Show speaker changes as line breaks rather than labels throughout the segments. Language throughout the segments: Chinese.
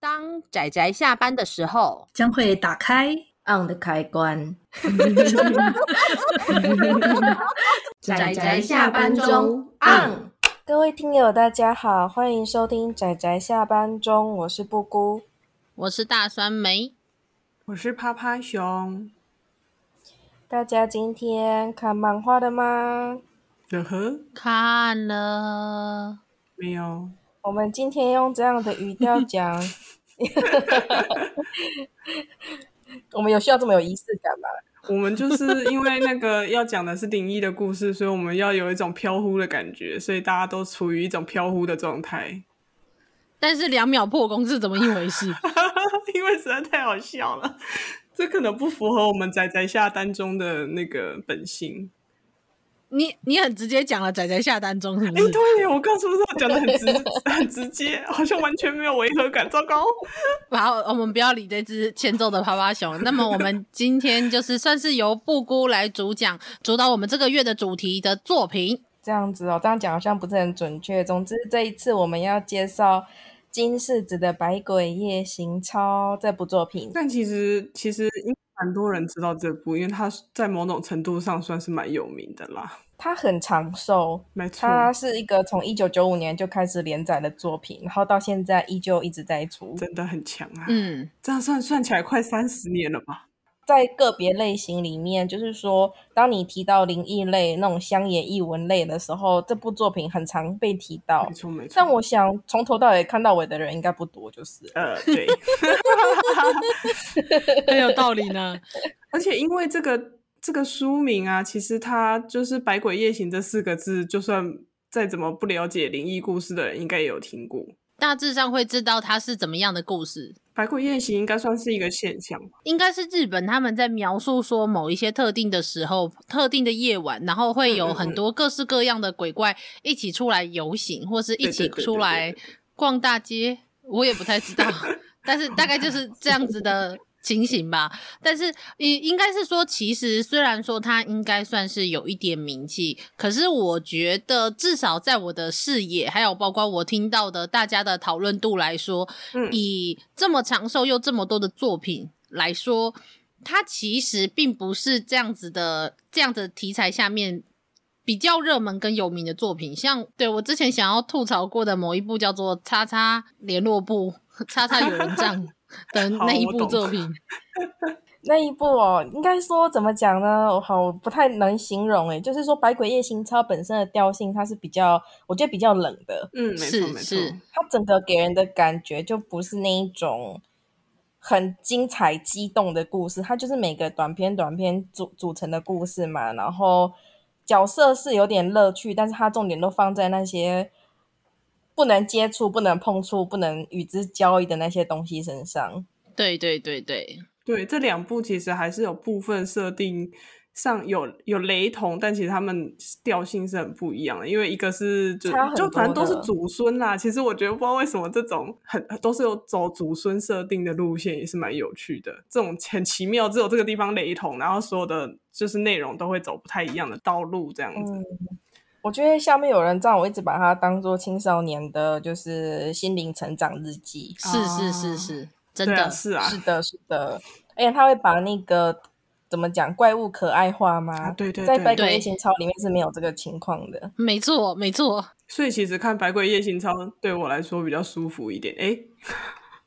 当仔仔下班的时候，
将会打开
on 的开关。
宅宅
下班中
嗯
on
嗯各位听友，大家好，欢迎收听《仔仔下班中》，我是布姑。
我是大酸梅，
我是趴趴熊，
大家今天看漫画了吗？
呵呵，
看了
没有，
我们今天用这样的语调 讲，我们有需要这么有仪式感吗？
我们就是因为那个要讲的是灵异的故事，所以我们要有一种飘忽的感觉，所以大家都处于一种飘忽的状态，
但是两秒破功是怎么一回事？
因为实在太好笑了，这可能不符合我们仔仔下单中的那个本性。
你你很直接讲了仔仔下单中是不
哎、
是？
对耶我刚是不是讲的很直很直接，好像完全没有违和感？糟糕，
好，我们不要理这只欠揍的趴趴熊。那么我们今天就是算是由布姑来主讲，主导我们这个月的主题的作品。
这样子哦，这样讲好像不是很准确。总之，这一次我们要介绍金世子的《百鬼夜行抄》这部作品。
但其实其实应该蛮多人知道这部，因为它在某种程度上算是蛮有名的啦。
它很长寿，
没错，
它是一个从一九九五年就开始连载的作品，然后到现在依旧一直在出，
真的很强啊！
嗯，
这样算算起来快三十年了吧？
在个别类型里面，就是说，当你提到灵异类那种乡野异闻类的时候，这部作品很常被提到
哦
没。错没错。
但我想从头到尾看到尾的人应该不多，就是了
呃 对，
很有道理呢。
而且因为这个这个书名啊，其实它就是“百鬼夜行”这四个字，就算再怎么不了解灵异故事的人，应该也有听过。
大致上会知道它是怎么样的故事，
百鬼夜行应该算是一个现象吧？
应该是日本他们在描述说某一些特定的时候、特定的夜晚，然后
嗯
会有很多各式各样的鬼怪一起出来游行，或是一起
对对对对
出来
对
逛大街。我也不太知道， 但是大概就是这样子的情形吧。但是应应该是说，其实虽然说它应该算是有一点名气，可是我觉得至少在我的视野，还有包括我听到的大家的讨论度来说，
嗯
以这么长寿又这么多的作品来说，它其实并不是这样子的这样的题材下面。比较热门跟有名的作品，像对我之前想要吐槽过的某一部叫做《叉叉联络部》 《叉叉有人帐》的
好
那一
我
部
懂
作品，
那一部哦，应该说怎么讲呢？我好我不太能形容诶，就是说《百鬼夜行抄》本身的调性，它是比较，我觉得比较冷的，
嗯，没
是
错没错。
是
它整个给人的感觉就不是那一种很精彩激动的故事，它就是每个短片短片组组成的故事嘛。然后角色是有点乐趣，但是它重点都放在那些不能接触、不能碰触、不能与之交易的那些东西身上。
对对对对，
对，这两部其实还是有部分设定上有有雷同，但其实他们调性是很不一样的。因为一个是就
差很
就反正都
多
是
的
祖孙啦。其实我觉得不知道为什么这种很都是有走祖孙设定的路线，也是蛮有趣的。这种很奇妙，只有这个地方雷同，然后所有的就是内容都会走不太一样的道路，这样子。
嗯，我觉得下面有人这样，我一直把它当做青少年的，就是心灵成长日记。
是是
哦
是是，真
对啊
的
是啊
是的，是的，而且他会把那个怎么讲怪物可爱化吗？
啊，对对
在《百
对，
鬼夜
对
行抄》里面是没有这个情况的。
没错没错。
所以其实看《百鬼夜行抄》对我来说比较舒服一点。诶，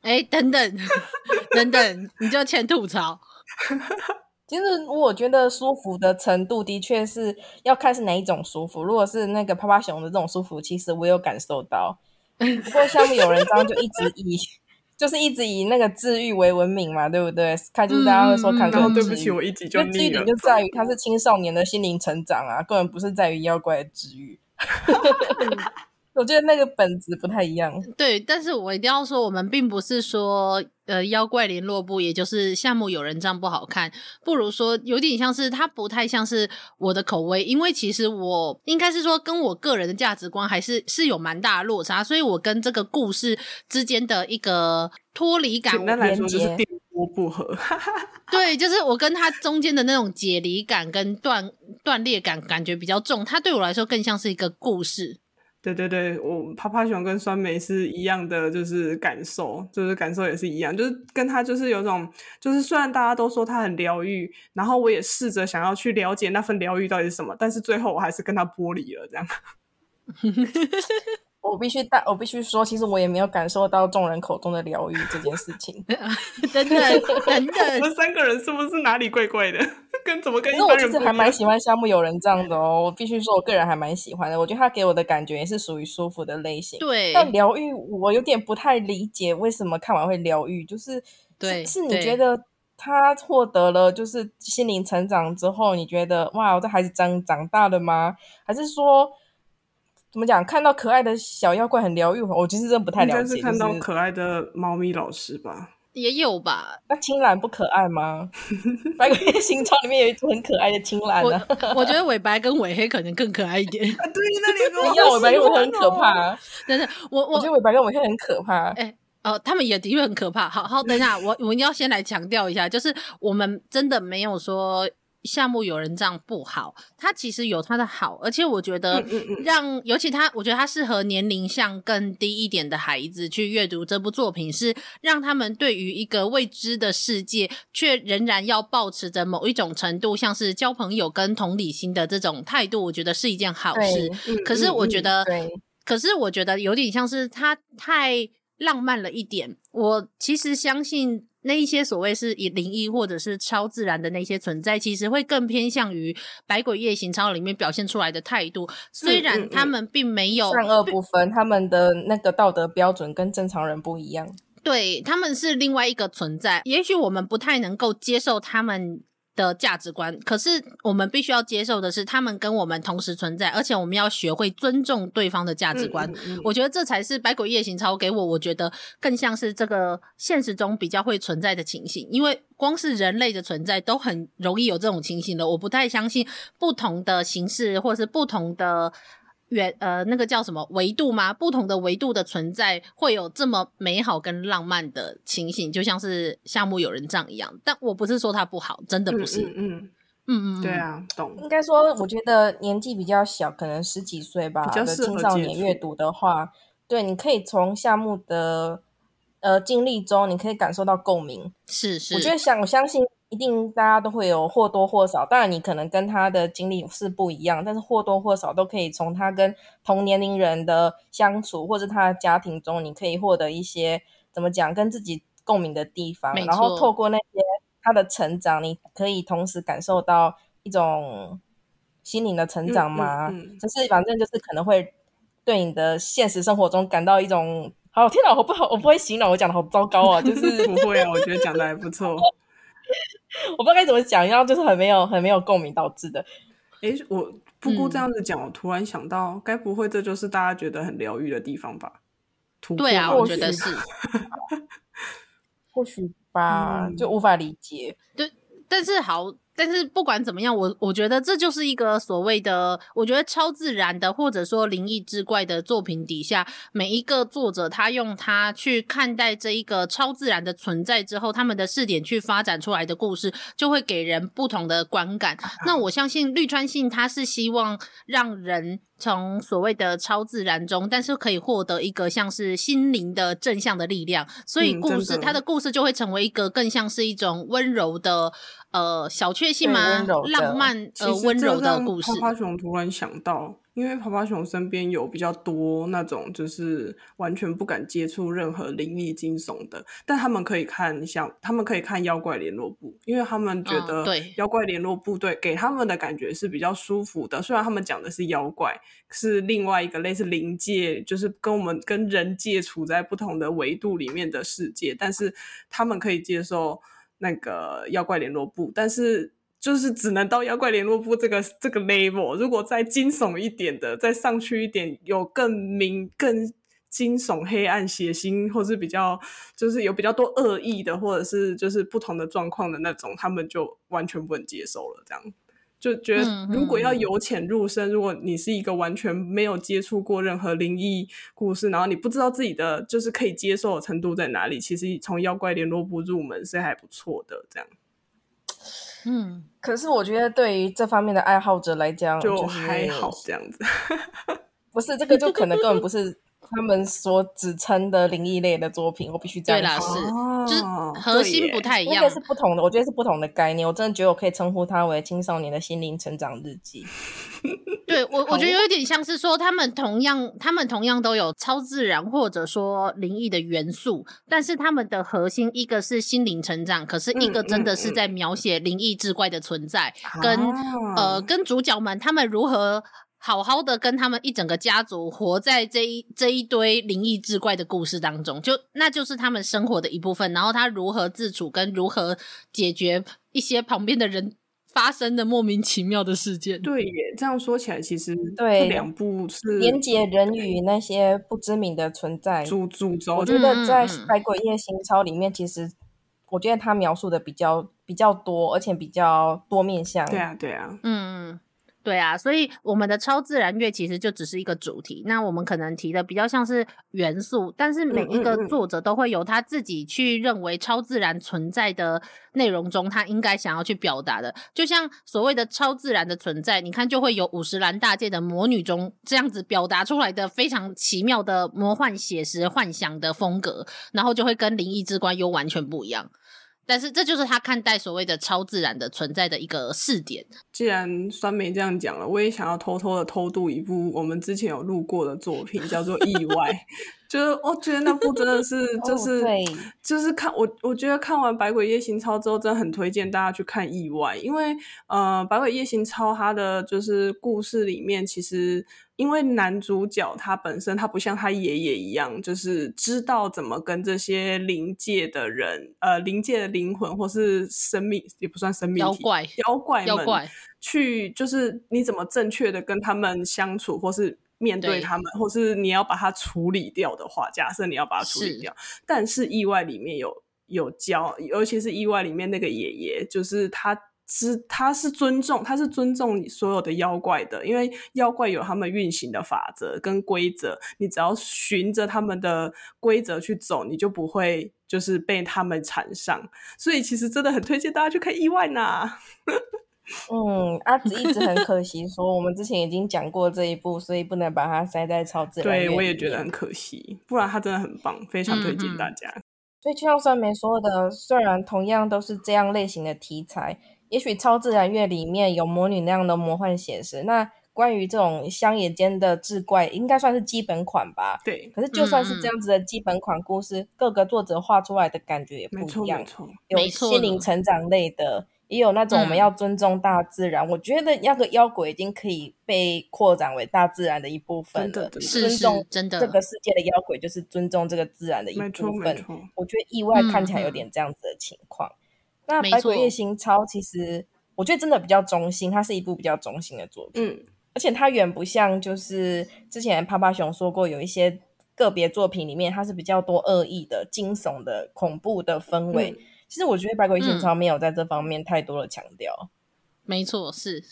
哎，等等 等等，你就欠吐槽。
其实我觉得舒服的程度的确是要看是哪一种舒服。如果是那个趴趴熊的这种舒服，其实我有感受到。不过下面有人这样就一直以就是一直以那个治愈为文明嘛，对不对？看就是大家会说看
然
这
后
个
对
治
不起，
愈
我一集
就
就
治愈
腻了
点。就在 于它是青少年的心灵成长啊，根本不是在于妖怪的治愈。我觉得那个本质不太一样。
对，但是我一定要说，我们并不是说呃妖怪联络部，也就是夏目友人帐不好看，不如说有点像是它不太像是我的口味，因为其实我应该是说跟我个人的价值观还是是有蛮大的落差，所以我跟这个故事之间的一个脱离感，
简单来说就是
连
电波不合。
对，就是我跟他中间的那种解离感跟断断裂感感觉比较重，它对我来说更像是一个故事。
对对对，我趴趴熊跟酸梅是一样的，就是感受，就是感受也是一样，就是跟他就是有种，就是虽然大家都说他很疗愈，然后我也试着想要去了解那份疗愈到底是什么，但是最后我还是跟他剥离了，这样。
我必须大，我必须说，其实我也没有感受到众人口中的疗愈这件事 情。
等等等
我
等，
们三个人是不是哪里怪怪的？ 跟怎么跟
可
一
是我
般
其
人不
实
一
还蛮
样？
喜欢夏目友人这样的哦，我必须说，我个人还蛮喜欢的。我觉得他给我的感觉也是属于舒服的类型。
对，
但疗愈我有点不太理解，为什么看完会疗愈？就是
对
是是你
对
觉得他获得了就是心灵成长之后，你觉得哇，我这孩子长长大了吗？还是说怎么讲？看到可爱的小妖怪很疗愈，我其实真的不太
应
了
该
解。
是看到
就是
可爱的猫咪老师吧。
也有吧。
那青兰不可爱 吗？白鬼夜行窗里面有一只很可爱的青兰
我
啊，
我觉得尾白跟尾黑可能更可爱一点。
啊，对，那两 个
不要尾白跟我很可
哦
怕啊、
但是我
我
我
觉得尾白跟我很可怕。
哎、哦，他们也的确很可怕。好好，等一下，我我们要先来强调一下，就是我们真的没有说夏目友人帐不好，它其实有它的好，而且我觉得让，尤其它，我觉得它适合年龄向更低一点的孩子去阅读这部作品，是让他们对于一个未知的世界，却仍然要保持着某一种程度，像是交朋友跟同理心的这种态度，我觉得是一件好
对
事。
嗯
可是我觉得，
对
可是我觉得有点像是他太浪漫了一点。我其实相信那一些所谓是以灵异或者是超自然的那些存在，其实会更偏向于《百鬼夜行》超里面表现出来的态度。虽
嗯
然
嗯
他们并没有
善恶不分，他们的那个道德标准跟正常人不一样。
对，他们是另外一个存在。也许我们不太能够接受他们的价值观，可是我们必须要接受的是，他们跟我们同时存在，而且我们要学会尊重对方的价
嗯
值观。
嗯
我觉得这才是《百鬼夜行》超给我，我觉得更像是这个现实中比较会存在的情形，因为光是人类的存在都很容易有这种情形的。我不太相信不同的形式或是不同的远呃那个叫什么维度吗？不同的维度的存在会有这么美好跟浪漫的情形，就像是夏目友人帐一样。但我不是说它不好，真的
嗯
不是。
嗯嗯，
嗯嗯，嗯
对，啊，懂。
应该说，我觉得年纪比较小，可能十几岁吧
比较
的
适合
青少
接
年
触
阅读的话，对，你可以从夏目的呃经历中，你可以感受到共鸣。
是是，
我觉得想我相信，一定大家都会有或多或少，当然你可能跟他的经历是不一样，但是或多或少都可以从他跟同年龄人的相处，或者他的家庭中，你可以获得一些怎么讲跟自己共鸣的地方
没，
然后
错
透过那些他的成长，你可以同时感受到一种心灵的成长嘛，
嗯嗯嗯
就是反正就是可能会对你的现实生活中感到一种。好，天哪，我不好，我不会形容，我讲的好糟糕
哦
啊！就是
不会啊，我觉得讲的还不错。
我不知道该怎么讲，然后就是很没有很没有共鸣导致的。
诶， 我不过
嗯
这样子讲，我突然想到，该不会这就是大家觉得很疗愈的地方吧？突破
对啊，
盲
我
或
觉
区
得
许
是。
或许吧，
嗯
就无法理解。
但是好，但是不管怎么样，我我觉得这就是一个所谓的，我觉得超自然的或者说灵异之怪的作品底下，每一个作者他用他去看待这一个超自然的存在之后，他们的视点去发展出来的故事，就会给人不同的观感。那我相信绿川信他是希望让人从所谓的超自然中，但是可以获得一个像是心灵的正向的力量，所以
嗯
故
真
事、
的
他的故事就会成为一个更像是一种温柔的呃小确幸
对
吗
温柔？的
浪漫
其
呃
实
温
这
柔的
让
故事，
趴趴熊突然想到，因为趴趴熊身边有比较多那种就是完全不敢接触任何灵异惊悚的，但他们可以看像他们可以看妖怪联络部，因为他们觉
嗯
得
对
妖怪联络部队给他们的感觉是比较舒服的。虽然他们讲的是妖怪，是另外一个类似灵界，就是跟我们跟人界处在不同的维度里面的世界，但是他们可以接受那个妖怪联络部，但是就是只能到妖怪联络部这个这个 level。如果再惊悚一点的，再上去一点，有更明更。惊悚、黑暗、血腥，或是比较就是有比较多恶意的，或者是就是不同的状况的那种，他们就完全不能接受了。这样就觉得
嗯，
如果要
嗯
由浅入深，如果你是一个完全没有接触过任何灵异故事，然后你不知道自己的就是可以接受的程度在哪里，其实从妖怪联络部入门是还不错的。这样
嗯。哦
可是我觉得对于这方面的爱好者来讲，
就是还好，这样子。
不是这个就可能根本不是他们所指称的灵异类的作品，我必须这
对啦
样说。
是
哦
就是核心不太一
那
样
个。是不同的，我觉得是不同的概念。我真的觉得我可以称呼它为青少年的心灵成长日记。
对我，我觉得有一点像是说，他们同样，他们同样都有超自然或者说灵异的元素，但是他们的核心一个是心灵成长，可是一个
嗯
真的
嗯
是
嗯
在描写灵异志怪的存在，跟呃
啊
跟主角们他们如何。好好的跟他们一整个家族活在这一这一堆灵异志怪的故事当中，就那就是他们生活的一部分。然后他如何自处，跟如何解决一些旁边的人发生的莫名其妙的事件。
对耶，这样说起来，其实
对
这两部是
连接人与那些不知名的存在。
主主轴
我
的
觉得
嗯
在
嗯嗯
《百鬼夜行抄》里面，其实我觉得他描述的比较比较多，而且比较多面向。
对啊对啊，
嗯，对啊，所以我们的超自然乐其实就只是一个主题，那我们可能提的比较像是元素，但是每一个
嗯嗯嗯
作者都会由他自己去认为超自然存在的内容中，他应该想要去表达的。就像所谓的超自然的存在，你看就会有五十岚大介的《魔女》中这样子表达出来的非常奇妙的魔幻写实幻想的风格，然后就会跟《灵异之关》又完全不一样。但是这就是他看待所谓的超自然的存在的一个视点。
既然酸梅这样讲了，我也想要偷偷的偷渡一部我们之前有录过的作品，叫做《意外》。 就是我觉得那部真的是，就
哦
是、
对
就是看我，我觉得看完《百鬼夜行抄》之后，真的很推荐大家去看《意外》，因为呃，《百鬼夜行抄》它的就是故事里面，其实因为男主角他本身他不像他爷爷一样，就是知道怎么跟这些灵界的人，呃，灵界的灵魂或是生命也不算生命
妖
体
怪
妖怪
妖
们
怪
去，就是你怎么正确的跟他们相处，或是面
对
对他们，或是你要把它处理掉的话，假设你要把它处
是
理掉，但是意外里面有有教，尤其是意外里面那个爷爷，就是他。知他是尊重，他是尊重你所有的妖怪的，因为妖怪有他们运行的法则跟规则，你只要循着他们的规则去走，你就不会就是被他们缠上。所以其实真的很推荐大家去看意外呢。
嗯，阿紫一直很可惜说，我们之前已经讲过这一部，所以不能把它塞在超自然。
对，我也觉得很。可惜，不然它真的很棒，非
嗯
常推荐大家。
所以就像酸梅说的，虽然同样都是这样类型的题材，也许超自然乐里面有魔女那样的魔幻写实，那关于这种乡野间的志怪，应该算是基本款吧。
对，
可是就算
嗯
是这样子的基本款故事，各个作者画出来的感觉也
没
不
错
一样
没。错，
有
没错
心灵
呢
成长类的，也有那种我
嗯
们要尊重大自然。我觉得那个妖鬼已经可以被扩展为大自然的一部分
真的
了。
真的
是
尊
是
重
真的
这个世界的妖鬼就是尊重这个自然的一
没错
部
没
分。
错，
我觉得意外看起来
嗯
有
嗯
点这样子的情况。那
没
《百鬼
错
夜行抄》其实我觉得真的比较中性，它是一部比较中性的作品，
嗯，
而且它远不像就是之前趴趴熊说过有一些。个别作品里面，它是比较多恶意的、惊悚的、恐怖的氛围，
嗯
其实我觉得《百鬼夜行
嗯
抄》没有在这方面太多的强调。
没错，是。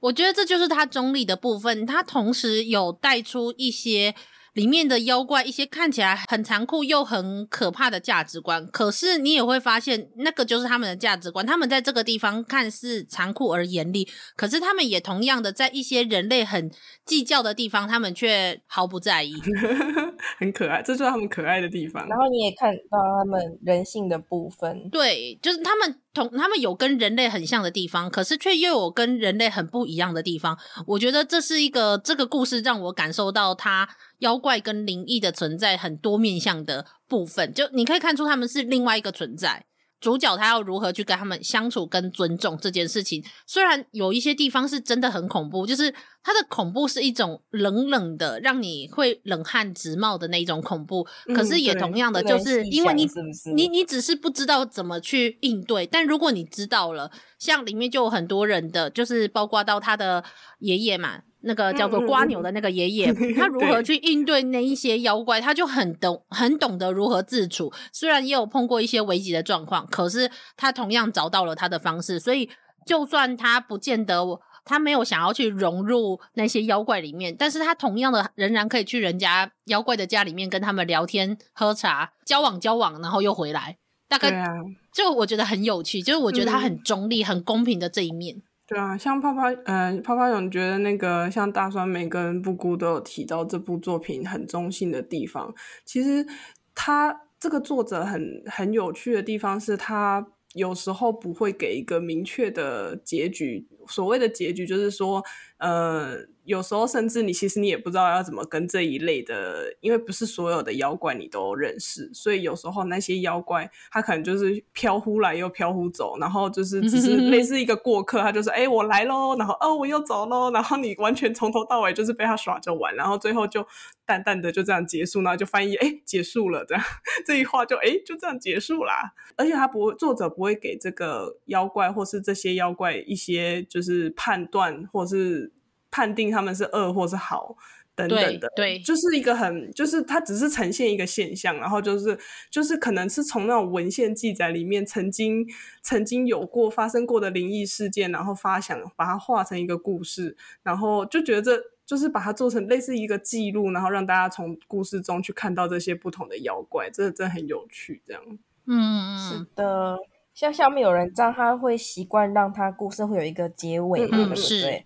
我觉得这就是它中立的部分，它同时有带出一些里面的妖怪一些看起来很残酷又很可怕的价值观，可是你也会发现那个就是他们的价值观，他们在这个地方看似残酷而严厉，可是他们也同样的在一些人类很计较的地方，他们却毫不在意。
嗯 很可爱，这就是他们可爱的地方。
然后你也看到他们人性的部分，
对，就是他们同他们有跟人类很像的地方，可是却又有跟人类很不一样的地方。我觉得这是一个这个故事让我感受到它妖怪跟灵异的存在很多面向的部分。就你可以看出他们是另外一个存在，主角他要如何去跟他们相处跟尊重这件事情。虽然有一些地方是真的很恐怖，就是它的恐怖是一种冷冷的，让你会冷汗直冒的那一种恐怖，
嗯
可是也
对
同样的
不
就
能
是
细
因为
想
你
是不是
你你只是不知道怎么去应对，但如果你知道了，像里面就有很多人的，就是包括到他的爷爷嘛，那个叫做
嗯嗯
瓜牛的那个爷爷，他如何去应对那一些妖怪，他就很懂很懂得如何自处。虽然也有碰过一些危急的状况，可是他同样找到了他的方式，所以就算他不见得我。他没有想要去融入那些妖怪里面，但是他同样的仍然可以去人家妖怪的家里面跟他们聊天、喝茶、交往交往，然后又回来。大
对
概
啊，
就我觉得很有趣，就是我觉得他很中立、很公平的这一面。
对啊，像泡泡，呃，泡泡勇觉得那个像大酸梅跟布谷都有提到这部作品很中性的地方。其实他这个作者很很有趣的地方是他有时候不会给一个明确的结局。所谓的结局就是说，呃，有时候甚至你其实你也不知道要怎么跟这一类的，因为不是所有的妖怪你都认识，所以有时候那些妖怪他可能就是飘忽来又飘忽走，然后就是只是类似一个过客，他就是哎、我来喽，然后哦我又走喽，然后你完全从头到尾就是被他耍着玩，然后最后就淡淡的就这样结束，然后就翻译哎结束了这样， 这一话就哎就这样结束啦。而且他不作者不会给这个妖怪或是这些妖怪一些就是判断或是判定他们是恶或是好等等的，
对对
就是一个很就是它只是呈现一个现象，然后就是就是可能是从那种文献记载里面曾经曾经有过发生过的灵异事件，然后发想把它画成一个故事，然后就觉得这就是把它做成类似一个记录，然后让大家从故事中去看到这些不同的妖怪，这真的很有趣，这样。
嗯
是
嗯
的，像下面有人这样，他会习惯让他故事会有一个结尾嘛，
嗯嗯
对不
是
对？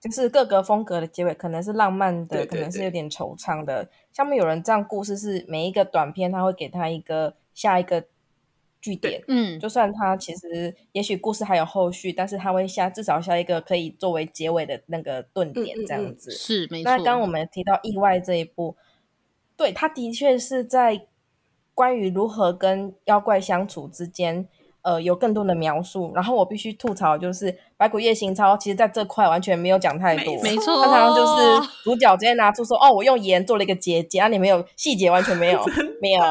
就是各个风格的结尾，可能是浪漫的，
对对
可能是
对
有点惆怅的。下面有人这样，故事是每一个短片，他会给他一个下一个据点。
嗯，
就算他其实也许故事还有后续，但是他会下至少下一个可以作为结尾的那个顿点
嗯嗯，
这样
嗯
子。
是没错。
那刚刚我们提到意外这一部，对，他的确是在关于如何跟妖怪相处之间，呃，有更多的描述。然后我必须吐槽，就是《白骨夜行抄》其实在这块完全没有讲太多，
没错
他常常就是主角直接拿出说：“哦，我用盐做了一个结节，啊，你没有细节，完全 没有，没有，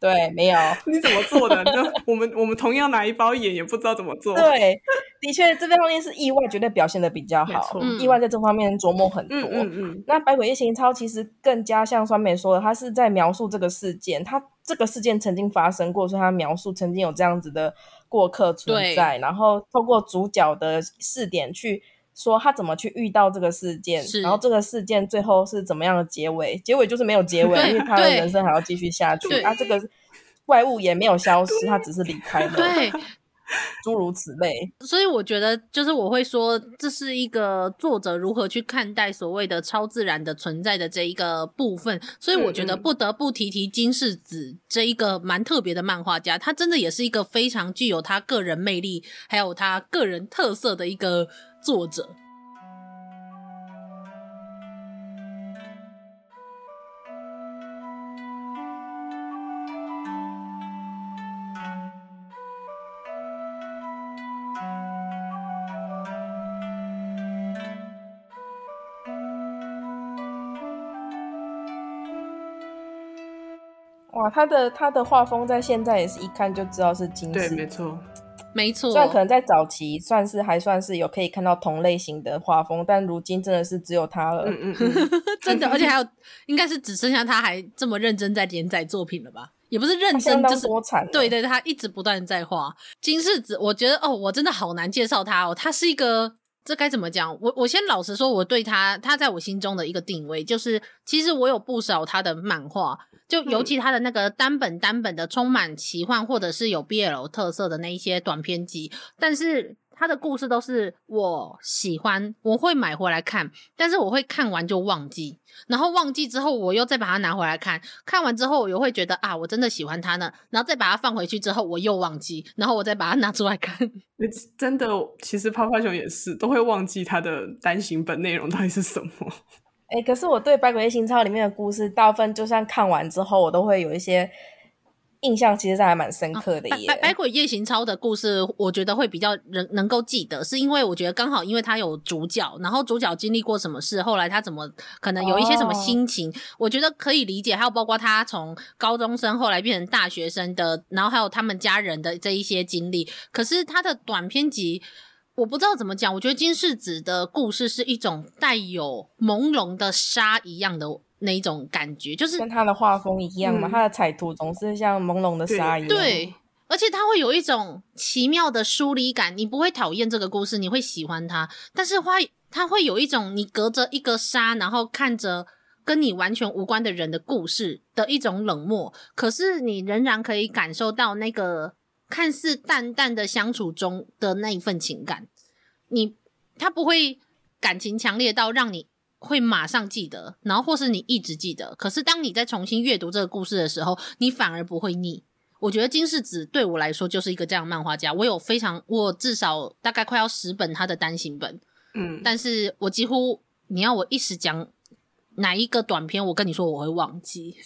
对，没有。”
你怎么做的？就我们我们同样拿一包盐，也不知道怎么做。
对，的确，这方面是意外，绝对表现的比较
没
好
错。
嗯
意外在这方面琢磨很多。
嗯嗯嗯，
那《百鬼夜行抄》其实更加像酸梅说的，他是在描述这个事件，他这个事件曾经发生过，所以他描述曾经有这样子的过客存在，然后透过主角的视点去说他怎么去遇到这个事件
是，
然后这个事件最后是怎么样的结尾？结尾就是没有结尾，
对
因为他的
对
人生还要继续下去
对
啊，这个怪物也没有消失，他只是离开了，
对，
诸如此类。
所以我觉得，就是我会说，这是一个作者如何去看待所谓的超自然的存在的这一个部分。所以我觉得
嗯嗯
不得不提提金世子这一个蛮特别的漫画家，他真的也是一个非常具有他个人魅力，还有他个人特色的一个作者。
哇，他的他的画风在现在也是一看就知道是金
对，
世
没错。
没错
虽，然可能在早期算是还算是有可以看到同类型的画风，但如今真的是只有他了。
嗯嗯嗯，
真的，而且还有，应该是只剩下他还这么认真在连载作品了吧？也不是认
他
真
相，
就
当
是
多产、
对，对，他一直不断地在画金世子。我觉得哦，我真的好难介绍他哦，他是一个。这该怎么讲？我我先老实说，我对他，他在我心中的一个定位就是，其实我有不少他的漫画，就尤其他的那个单本单本的充满奇幻或者是有 BL 特色的那一些短篇集，但是他的故事都是我喜欢，我会买回来看，但是我会看完就忘记，然后忘记之后我又再把它拿回来看，看完之后，我又会觉得啊，我真的喜欢它呢，然后再把它放回去之后，我又忘记，然后我再把它拿出来看。
真的，其实泡泡熊也是都会忘记它的单行本内容到底是什么。
哎，可是我对《百鬼夜行抄》里面的故事，大部分就算看完之后，我都会有一些印象，其实是还蛮深刻的
啊百
耶。
百百鬼夜行抄的故事，我觉得会比较能能够记得，是因为我觉得刚好因为它有主角，然后主角经历过什么事，后来他怎么可能有一些什么
哦
心情，我觉得可以理解。还有包括他从高中生后来变成大学生的，然后还有他们家人的这一些经历。可是他的短篇集。我不知道怎么讲，我觉得金世子的故事是一种带有朦胧的沙一样的那一种感觉，就是
跟他的画风一样嘛，
嗯
他的彩图总是像朦胧的沙一样。
对，而且它会有一种奇妙的疏离感，你不会讨厌这个故事，你会喜欢它，但是会它会有一种你隔着一个纱，然后看着跟你完全无关的人的故事的一种冷漠，可是你仍然可以感受到那个看似淡淡的相处中的那一份情感。你它不会感情强烈到让你会马上记得，然后或是你一直记得。可是当你再重新阅读这个故事的时候，你反而不会腻。我觉得金世子对我来说就是一个这样的漫画家，我有非常我至少大概快要十本他的单行本，
嗯，
但是我几乎你要我一时讲哪一个短片，我跟你说我会忘记。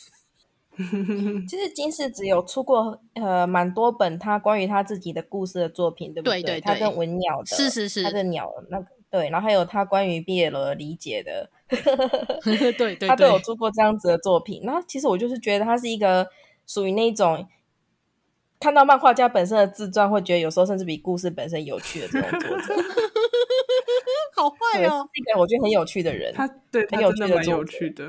其实金世子有出过呃蛮多本他关于他自己的故事的作品，对不
对对
对他
对
跟文鸟的，
是是是
他，的鸟那个对，然后还有他关于 BL 的理解的，
对对对，
他都有做过这样子的作品。那其实我就是觉得他是一个属于那种看到漫画家本身的自传，会觉得有时候甚至比故事本身有趣的这种作者。
好坏
对，
哦。
是一个我觉得很有趣的人。
他对他
很有
真的
趣的
蛮
作
有
者
趣的，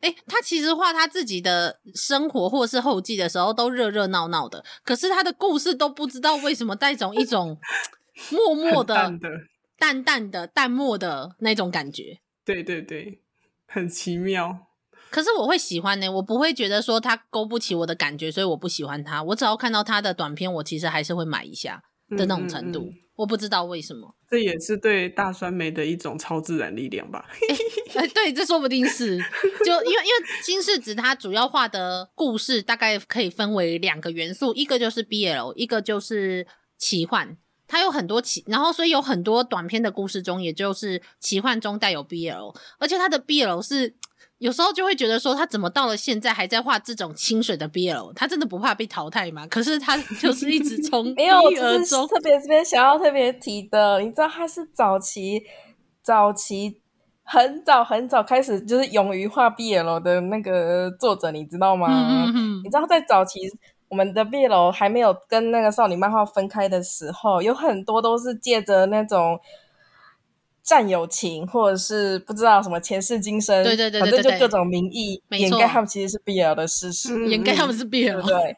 哎、他其实画他自己的生活或是后记的时候都热热闹闹的，可是他的故事都不知道为什么带种一种 默默
很
的、
淡的，
淡淡的、淡漠的那种感觉。
对对对，很奇妙。
可是我会喜欢呢、我不会觉得说他勾不起我的感觉，所以我不喜欢他。我只要看到他的短片，我其实还是会买一下的那种程度。
嗯嗯嗯
我不知道为什么，
这也是对大酸梅的一种超自然力量吧？
哎、对，这说不定是就因为因为金世子他主要画的故事大概可以分为两个元素，一个就是 BL，一个就是奇幻。它有很多奇，然后所以有很多短篇的故事中，也就是奇幻中带有 BL，而且它的 BL 是有时候就会觉得说，他怎么到了现在还在画这种清水的 BL？他真的不怕被淘汰吗？可是他就是一直从
没有，
一
就
而
是
终，
特别这边想要特别提的，你知道他是早期早期很早很早开始就是勇于画 BL 的那个作者，你知道吗？
嗯嗯
你
嗯，
知道在早期我们的 BL 还没有跟那个少女漫画分开的时候，有很多都是借着那种。战友情，或者是不知道什么前世今生，
对对对对
反正
对对
就各种名义
没
掩
错
盖他们其实是 BL 的事实。
掩盖他们
嗯
是
对
BL，
不 对？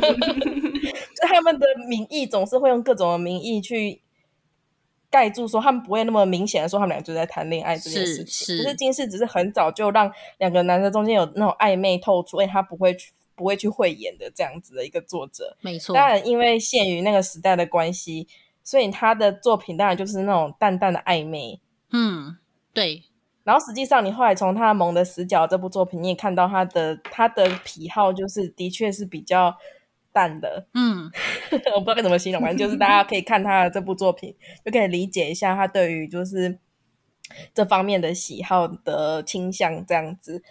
就他们的名义总是会用各种的名义去盖住，说他们不会那么明显的说他们俩就在谈恋爱这件事
是
情。
是
可是金世只是很早就让两个男的中间有那种暧昧透出，因为哎他不会去不会去慧眼的这样子的一个作者。
没错，
当然，因为限于那个时代的关系，所以他的作品当然就是那种淡淡的暧昧。
嗯，对，
然后实际上，你后来从他《萌的死角》这部作品，你也看到他的他的癖好就是的确是比较淡的，
嗯，
我不知道该怎么形容，反正就是大家可以看他的这部作品，就可以理解一下他对于就是这方面的喜好的倾向这样子。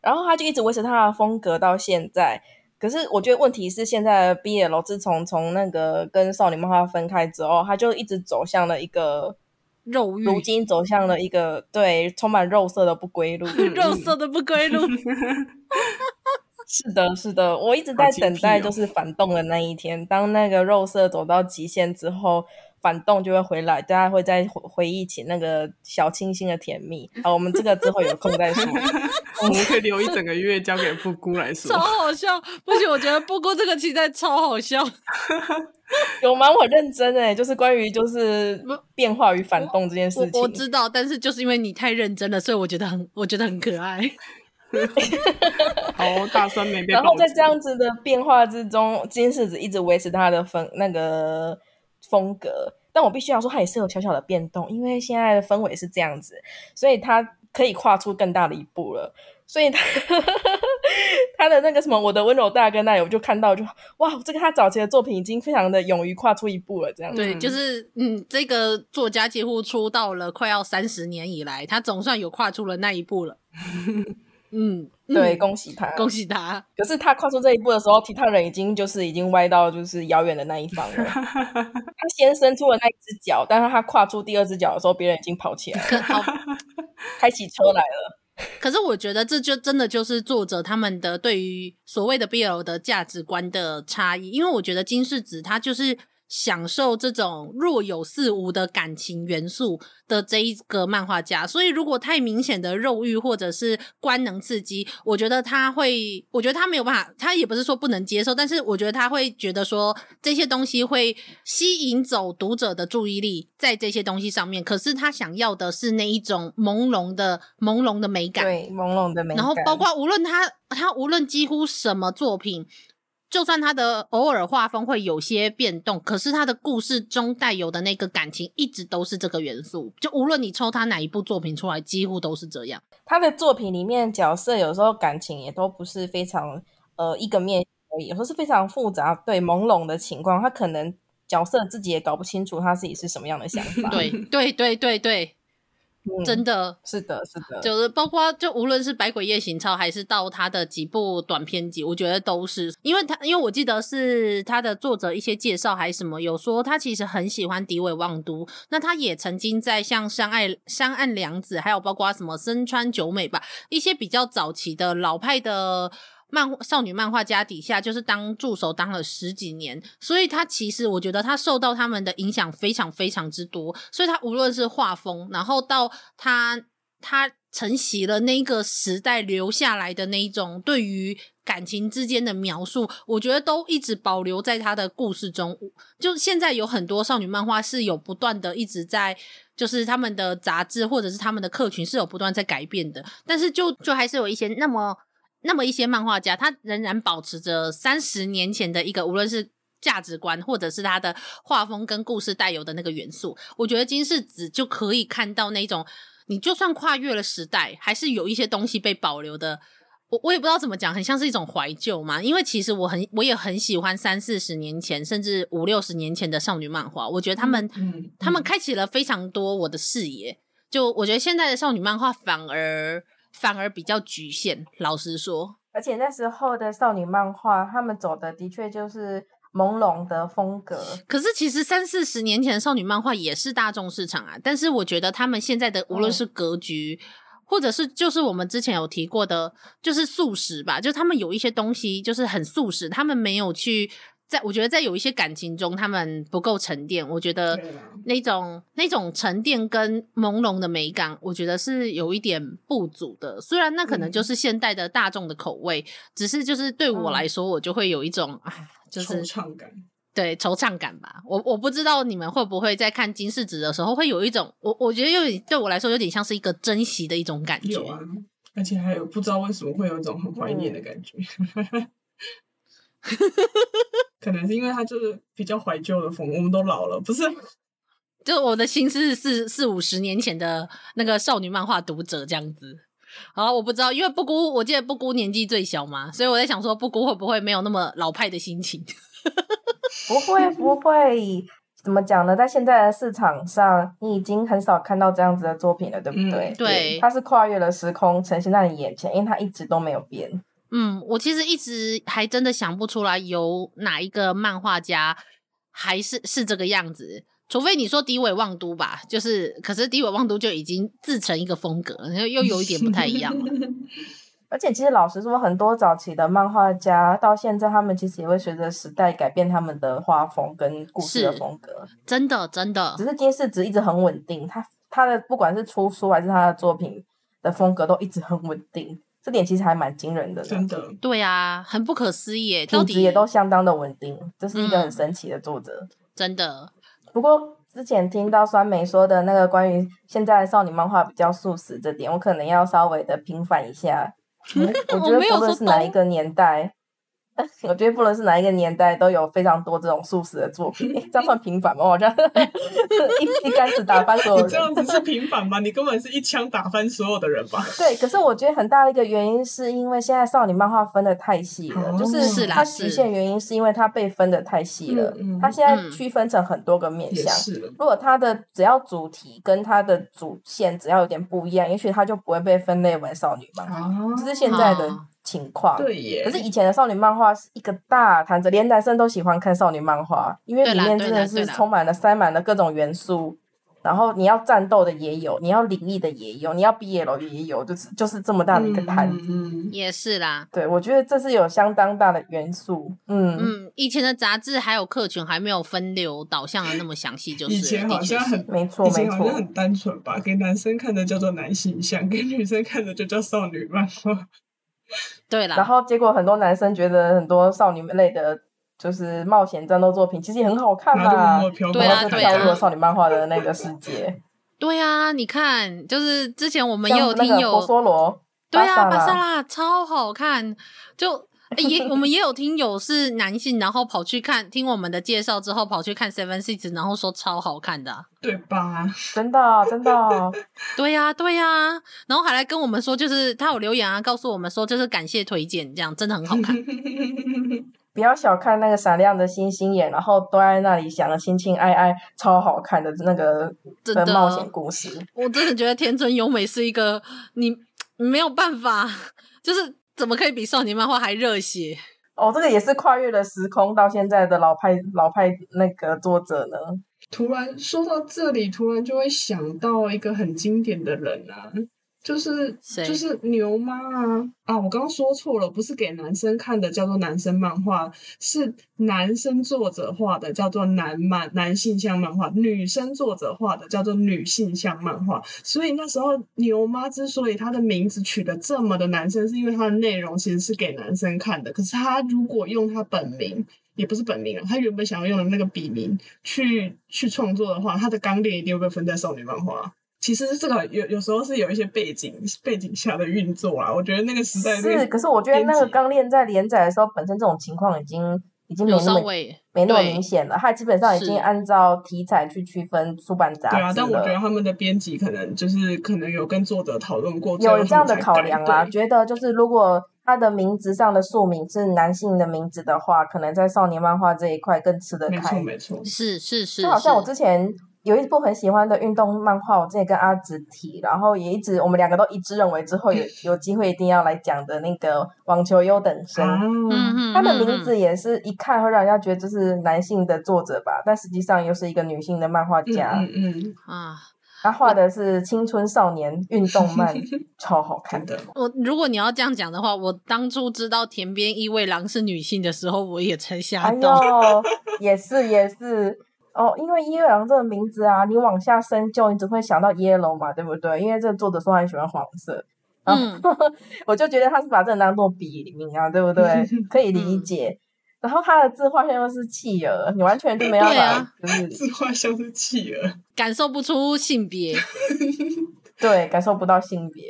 然后他就一直维持他的风格到现在。可是我觉得问题是，现在的 BL 自从从那个跟少女漫画分开之后，他就一直走向了一个
肉欲，
如今走向了一个对充满肉色的不归路。
肉色的不归 路。
是的，是的，我一直在等待
哦
就是反动的那一天。当那个肉色走到极限之后，反动就会回来，大家会再回回忆起那个小清新的甜蜜。好，我们这个之后有空 再说。
我们可以留一整个月交给布姑来
超
说。
好笑！不行，我觉得不过这个期待超好笑。
有吗？我认真哎，就是关于就是
不
变化与反动这件事
我
情。
我知道，但是就是因为你太认真了，所以我觉得很，我觉得很可爱。
好，哦大酸梅被
然
暴
后在
击
这样子的变化之中，金世子一直维持他的风那个风格，但我必须要说，他也是有小小的变动，因为现在的氛围是这样子，所以他可以跨出更大的一步了。所 以他他的那个什么，我的温柔大哥那里，我就看到就哇，这个他早期的作品已经非常的勇于跨出一步了，这样子。
对，就是嗯，这个作家几乎出道了快要三十年以来，他总算有跨出了那一步 了。嗯，嗯
对，恭喜他！
恭喜他！
可是他跨出这一步的时候，其他人已经就是已经歪到就是遥远的那一方了。他先伸出了那一只脚，但是他跨出第二只脚的时候，别人已经跑起来了，
可 好，
开起车来了。
可是我觉得这就真的就是作者他们的对于所谓的 BL 的价值观的差异，因为我觉得金世子他就是享受这种若有似无的感情元素的这一个漫画家，所以如果太明显的肉欲或者是官能刺激，我觉得他会，我觉得他没有办法，他也不是说不能接受，但是我觉得他会觉得说这些东西会吸引走读者的注意力在这些东西上面，可是他想要的是那一种朦胧的朦胧的美感，
对，朦胧的美感。
然后包括无论他他无论几乎什么作品，就算他的偶尔画风会有些变动，可是他的故事中带有的那个感情一直都是这个元素，就无论你抽他哪一部作品出来，几乎都是这 样。
他的作品里面角色有时候感情也都不是非常呃一个面而已，有时候是非常复杂、对朦胧的情况，他可能角色自己也搞不清楚他自己是什么样的想法。
对对对对对，
嗯，
真的。
是的，是的，
就是包括就无论是《百鬼夜行抄》还是到他的几部短篇集，我觉得都是因为他，因为我记得是他的作者一些介绍还是什么有说他其实很喜欢迪尾望都，那他也曾经在像山爱山岸良子，还有包括什么深川久美吧，一些比较早期的老派的。漫少女漫画家底下就是当助手当了十几年，所以他其实我觉得他受到他们的影响非常非常之多，所以他无论是画风，然后到他他承袭了那个时代留下来的那一种对于感情之间的描述，我觉得都一直保留在他的故事中。就现在有很多少女漫画是有不断的一直在，就是他们的杂志或者是他们的客群是有不断在改变的，但是就就还是有一些那么那么一些漫画家，他仍然保持着三十年前的一个，无论是。价值观，或者是他的画风跟故事带有的那个元素，我觉得金世子就可以看到那种你就算跨越了时代，还是有一些东西被保留的。我我也不知道怎么讲，很像是一种怀旧嘛。因为其实我很我也很喜欢三四十年前，甚至五六十年前的少女漫画。我觉得他们、
嗯
他们开启了非常多我的视野。就我觉得现在的少女漫画反而反而比较局限。老实说，
而且那时候的少女漫画，他们走的的确就是朦胧的风格。
可是其实三四十年前的少女漫画也是大众市场啊，但是我觉得他们现在的
嗯
无论是格局，或者是就是我们之前有提过的，就是素食吧，就他们有一些东西就是很素食，他们没有去在我觉得在有一些感情中他们不够沉淀，我觉得
对啦
那种那种沉淀跟朦胧的美感，我觉得是有一点不足的。虽然那可能
嗯
就是现代的大众的口味，只是就是对我来说，我就会有一种啊，就是
嗯惆怅感。
对惆怅感吧。我我不知道你们会不会在看金世子的时候，会有一种我我觉得有点对我来说有点像是一个珍惜的一种感觉。
有啊，而且还有不知道为什么会有一种很怀念的
嗯
感觉。可能是因为它就是比较怀旧的风，我们都老了，不是？
就我的心思是四四五十年前的那个少女漫画读者这样子。好，我不知道，因为布姑，我记得布姑年纪最小嘛，所以我在想说，布姑会不会没有那么老派的心情？
不会，不会，怎么讲呢？在现在的市场上，你已经很少看到这样子的作品了，对不
嗯
对？
对
它是跨越了时空，呈现在你眼前，因为它一直都没有变。
嗯，我其实一直还真的想不出来有哪一个漫画家还是是这个样子，除非你说迪尾望都吧，就是可是迪尾望都就已经自成一个风格，然后又有一点不太一 样了。
而且，其实老实说，很多早期的漫画家到现在，他们其实也会随着时代改变他们的画风跟故事的
是
风格。
真的，真的
只，是金世子一直很稳定，他他的不管是出书还是他的作品的风格都一直很稳定，这点其实还蛮惊人的呢。
真的，
对啊，很不可思议耶，到
品
底
质也都相当的稳定，这是一个
嗯
很神奇的作者。
真的，
不过之前听到酸梅说的那个关于现在的少女漫画比较素食这点，我可能要稍微的平反一下。我我觉
我
得
没有
不论
说
是哪一
都
个年代， 我觉得不论是哪一个年代，都有非常多这种素食的作品。诶这样算平反吗？我这样 一一竿子打翻
哦
所有
你这
人。
样子是平凡吧？你根本是一枪打翻所有的人 吧？
对，可是我觉得很大的一个原因是因为现在少女漫画分的太细了，
哦
就是
啦
它
是
局限原因是因为它被分的太细了，
嗯嗯
它现在
嗯
区分成很多个面
也
向。
是，
如果它的只要主题跟它的主线只要有点不一样，也许它就不会被分类为少女漫画，
啊
这是现在的
哦
情况。
对耶
可。是以前的少女漫画是一个大摊子，连男生都喜欢看少女漫画，因为
对
里
啦
面
对
真
啦
的
对
是
啦
充满了塞满了各种元素。然后你要战斗的也有，你要灵异的也有，你要 BL 的也有，就是就是这么大的一个摊子。
嗯，嗯嗯
也是啦。
对，我觉得这是有相当大的元素。嗯，
嗯，以前的杂志还有客群还没有分流导向的那么详细，就是
以前
了
好
的确
像
是
很
没错
以
没
前好像
错。
很单纯吧，给男生看的叫做男性向，给女生看的就叫少女漫画。
对啦，
然后结果很多男生觉得很多少女类的，就是冒险战斗作品，其实也很好看
然后就默
啊
默。飘过
对啊
然后就
对
跳入了
啊
少女漫画的那个世界，
对啊，你看，就是之前我们也
像
有
那
听
个
友
婆娑罗，
对啊，
巴
巴
萨
萨
拉
拉超好看，就 也我们也有听友是男性，然后跑去看听我们的介绍之后跑去看 Seven Six，然后说超好看的啊、
对吧？
真的啊真的，
对呀、对呀、然后还来跟我们说，就是他有留言啊，告诉我们说就是感谢推荐，这样真的很好 看。
不要小看那个闪亮的星星眼，然后蹲在那里想亲亲爱爱，超好看的那个
真的
冒险故事。
我真的觉得田村由美是一个你没有办法，就是怎么可以比少年漫画还热血？
哦，这个也是跨越了时空到现在的老派老派那个作者呢。
突然说到这里，突然就会想到一个很经典的人啊，就是
谁
就是牛妈啊啊！我刚刚说错了，不是给男生看的，叫做男生漫画，是男生作者画的，叫做男漫男性向漫画；女生作者画的叫做女性向漫画。所以那时候牛妈之所以她的名字取得这么的男生，是因为她的内容其实是给男生看的，可是她如果用她本名。也不是本名啊，她原本想要用的那个笔名去去创作的话，她的钢链一定会被分在少女漫画。啊其实这个有有时候是有一些背景背景下的运作啊，我觉得那个时代那
是，
个
可是我觉得那个
编辑
钢链在连载的时候，本身这种情况已经已经没
有
那
稍
么
微
没那么
对
明显了，它基本上已
是
经按照题材去区分出版杂志
对
了。
啊，但我觉得他们的编辑可能就是可能有跟作者讨论过，最后
有这样的
他们才
考
改
量啦，
对
觉得就是如果他的名字上的宿名是男性的名字的话，可能在少年漫画这一块更吃得
没错
开。
没错，
是是是，
就好像我
是
之前有一部很喜欢的运动漫画，我之前跟阿紫提，然后也一直我们两个都一致认为之后
嗯
有有机会一定要来讲的那个网球优等生。
啊，
嗯嗯，
他的
嗯
名字也是一看会让人家觉得这是男性的作者吧，但实际上又是一个女性的漫画
嗯
家。
嗯嗯，
嗯啊。
他画的是青春少年运动 漫，超好看
真。的，
我如果你要这样讲的话，我当初知道田边一卫郎是女性的时候，我也才吓
哎
到。
呦，也是也是哦，因为伊月郎这个名字啊，你往下深究，你只会想到 yellow 嘛，对不对？因为这个作者说他很喜欢黄色，
嗯，
我就觉得他是把这个当做笔名啊，对不对？可以
嗯
理解。然后他的字画像又是企鹅，你完全就没有
对啊
把就是
自画像是企鹅，
感受不出性别。
对感受不到性别。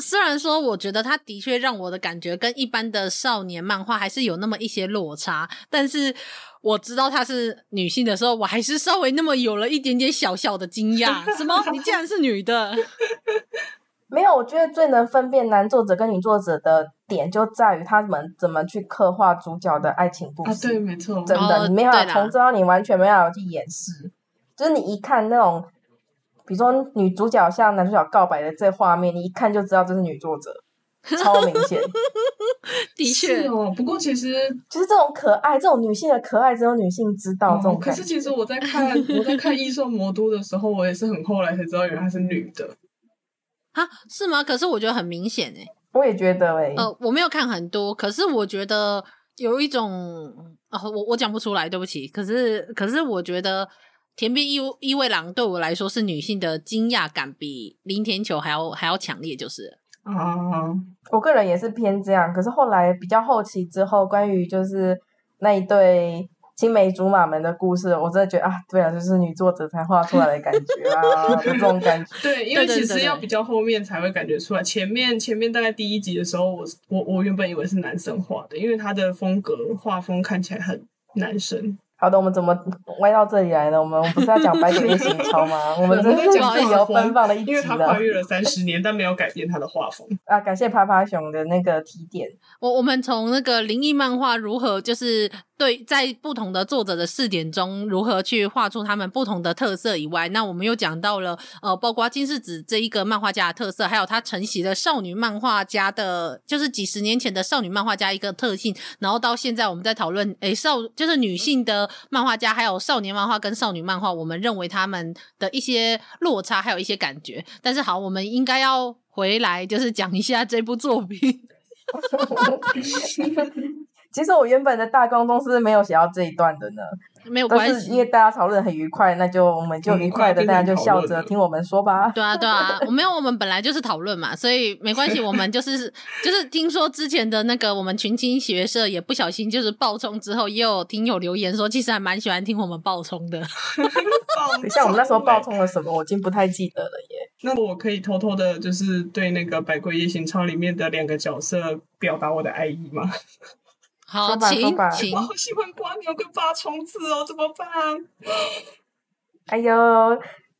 虽然说，我觉得它的确让我的感觉跟一般的少年漫画还是有那么一些落差，但是我知道她是女性的时候，我还是稍微那么有了一点点小小的惊讶，什么？你竟然是女的？
没有，我觉得最能分辨男作者跟女作者的点，就在于他们怎么去刻画主角的爱情故
啊，
事。
对，没错，
真的，
哦
你没有
对啦
从这到你完全没有去掩饰，就是你一看那种，比如说女主角向男主角告白的这画面，你一看就知道这是女作者，超明显。
的确，
是哦。不过其实
就是这种可爱，这种女性的可爱，只有女性知道这
哦
种，
可
感觉。
是其实我在看 我在看《异兽魔都》的时候，我也是很后来才知道，原来她是女的。
啊，是吗？可是我觉得很明显欸诶、
我也觉得哎、
呃，我没有看很多，可是我觉得有一种啊、我我讲不出来，对不起。可是可是我觉得田边一一卫郎对我来说是女性的惊讶感比林田球还要还要强烈，就是了
啊，
我个人也是偏这样，可是后来比较后期之后，关于就是那一对青梅竹马们的故事，我真的觉得啊，对啊，就是女作者才画出来的感觉啊，就这种感觉。
对，因为
对对
其
对
实
对
要比较后面才会感觉出来，前面前面大概第一集的时候，我是我我原本以为是男生画的，因为他的风格画风看起来很男生。
好的，我们怎么歪到这里来呢？我们不是要讲白酒夜行超吗？我们真是自由奔放的一集
因为他跨
了
越了三十年，但没有改变他的画风。
啊！感谢爬爬熊的那个提点，
我我们从那个灵异漫画如何就是对在不同的作者的视点中如何去画出他们不同的特色以外，那我们又讲到了呃，包括金世子这一个漫画家的特色，还有他承袭了少女漫画家的，就是几十年前的少女漫画家一个特性，然后到现在我们在讨论诶少就是女性的漫画家，还有少年漫画跟少女漫画，我们认为他们的一些落差，还有一些感觉。但是好，我们应该要回来就是讲一下这部作品。
其实我原本的大纲中是没有写到这一段的呢，
没有
但
关
是
系
因，为大家讨论得很愉快，那就我们就愉快的，
嗯
大家就笑
讨论
着
了
听我们说吧。
对啊，对啊，我没有，我们本来就是讨论嘛，所以没关系。我们就是就是听说之前的那个我们群青学社也不小心就是爆冲之后，也有听友留言说，其实还蛮喜欢听我们爆冲的。
爆
等一下，我们那时候爆
冲
冲
欸，
了什么，我已经不太记得了耶。
那我可以偷偷的，就是对那个《百鬼夜行超》里面的两个角色表达我的爱意吗？
好，
说吧说
请
吧
请
我，好喜欢瓜牛跟八重子哦，怎么办？
哎呦，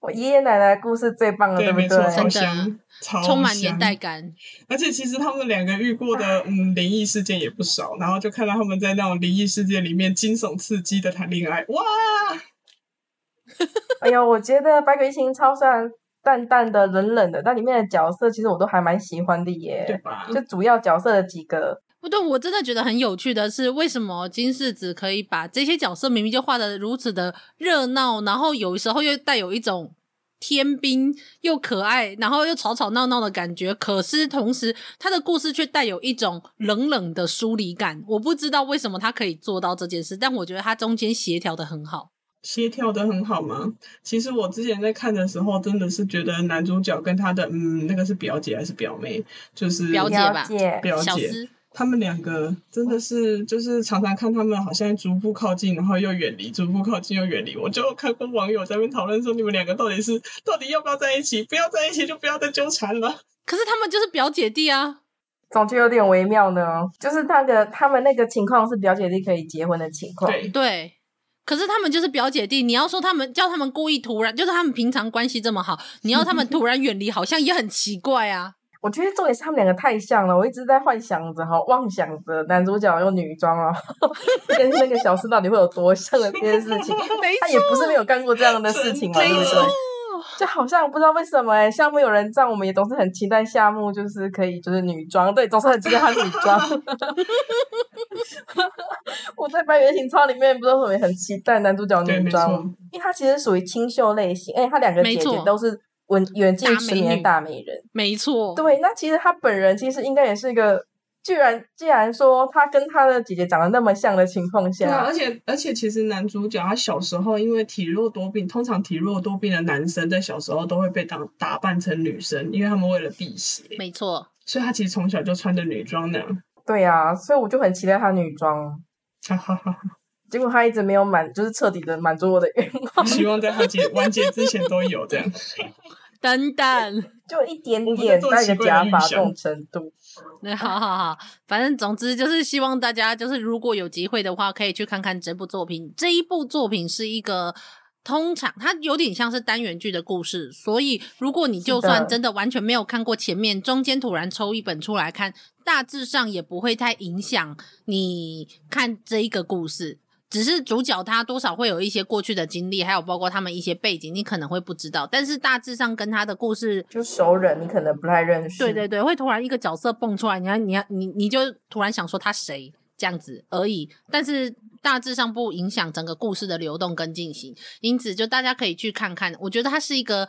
我爷爷奶奶的故事最棒了，对不
没错，
真
超
的
对？
香，超
充满年
香
代感。
而且其实他们两个遇过
啊
的嗯灵异事件也不少，然后就看到他们在那种灵异事件里面惊悚刺激的谈恋爱，哇！
哎呦，我觉得《百鬼夜行》超虽然淡淡的、冷冷的，但里面的角色其实我都还蛮喜欢的
对
耶。
吧？
就主要角色的几个，
不对，我真的觉得很有趣的是，为什么金世子可以把这些角色明明就画的如此的热闹，然后有时候又带有一种天兵又可爱，然后又吵吵闹闹的感觉，可是同时他的故事却带有一种冷冷的疏离感。我不知道为什么他可以做到这件事，但我觉得他中间协调的很好。
协调的很好吗？其实我之前在看的时候，真的是觉得男主角跟他的嗯，那个是表姐还是表妹，就是
表姐吧
了解。
表
小
姐，
思，
他们两个真的是就是常常看他们好像逐步靠近，然后又远离，逐步靠近又远离。我就有看过网友在那边讨论说，你们两个到底是到底要不要在一起？不要在一起就不要再纠缠了。
可是他们就是表姐弟啊，
总觉得有点微妙呢，就是那个他们那个情况是表姐弟可以结婚的情况，
对，
对。可是他们就是表姐弟，你要说他们叫他们故意突然，就是他们平常关系这么好，你要他们突然远离，好像也很奇怪啊。
我觉得重点是他们两个太像了，我一直在幻想着哈，妄想着男主角用女装然后跟那个小四到底会有多像的这件事情。
没
他也不是没有干过这样的事情嘛，
真
对
的
不对？就好像不知道为什么哎、夏目有人帐，我们也总是很期待夏目就是可以就是女装，对，总是很期待她女装。 我在《白原行超》里面不是很很期待男主角
对，
女
没
装，
错，
因为她其实属于清秀类型，哎，她两个
没
姐姐
错
都是文远近
大
驰
美
名的
女
大美人。
没错，
对，那其实他本人其实应该也是一个，居然既然说他跟他的姐姐长得那么像的情况
对啊，
下，
而且而且，其实男主角他小时候因为体弱多病，通常体弱多病的男生在小时候都会被当打扮成女生，因为他们为了避邪，
没错，
所以他其实从小就穿着女装那 样。
对啊，所以我就很期待他女装。
哈哈哈！
结果他一直没有满，就是彻底的满足我的愿望，
希望在他结完结之前都有这样。
等等，
就一点
我们在
点
做
戴
奇
个
怪的
假
预
发
想
这种程度。
那好好好，反正总之就是希望大家就是如果有机会的话，可以去看看这部作品。这一部作品是一个。通常它有点像是单元剧的故事，所以如果你就算真的完全没有看过前面，中间突然抽一本出来看，大致上也不会太影响你看这一个故事。只是主角他多少会有一些过去的经历，还有包括他们一些背景，你可能会不知道，但是大致上跟他的故事
就熟人你可能不太认识，
对对对，会突然一个角色蹦出来，你要你要你你就突然想说他谁这样子而已，但是大致上不影响整个故事的流动跟进行，因此就大家可以去看看，我觉得它是一个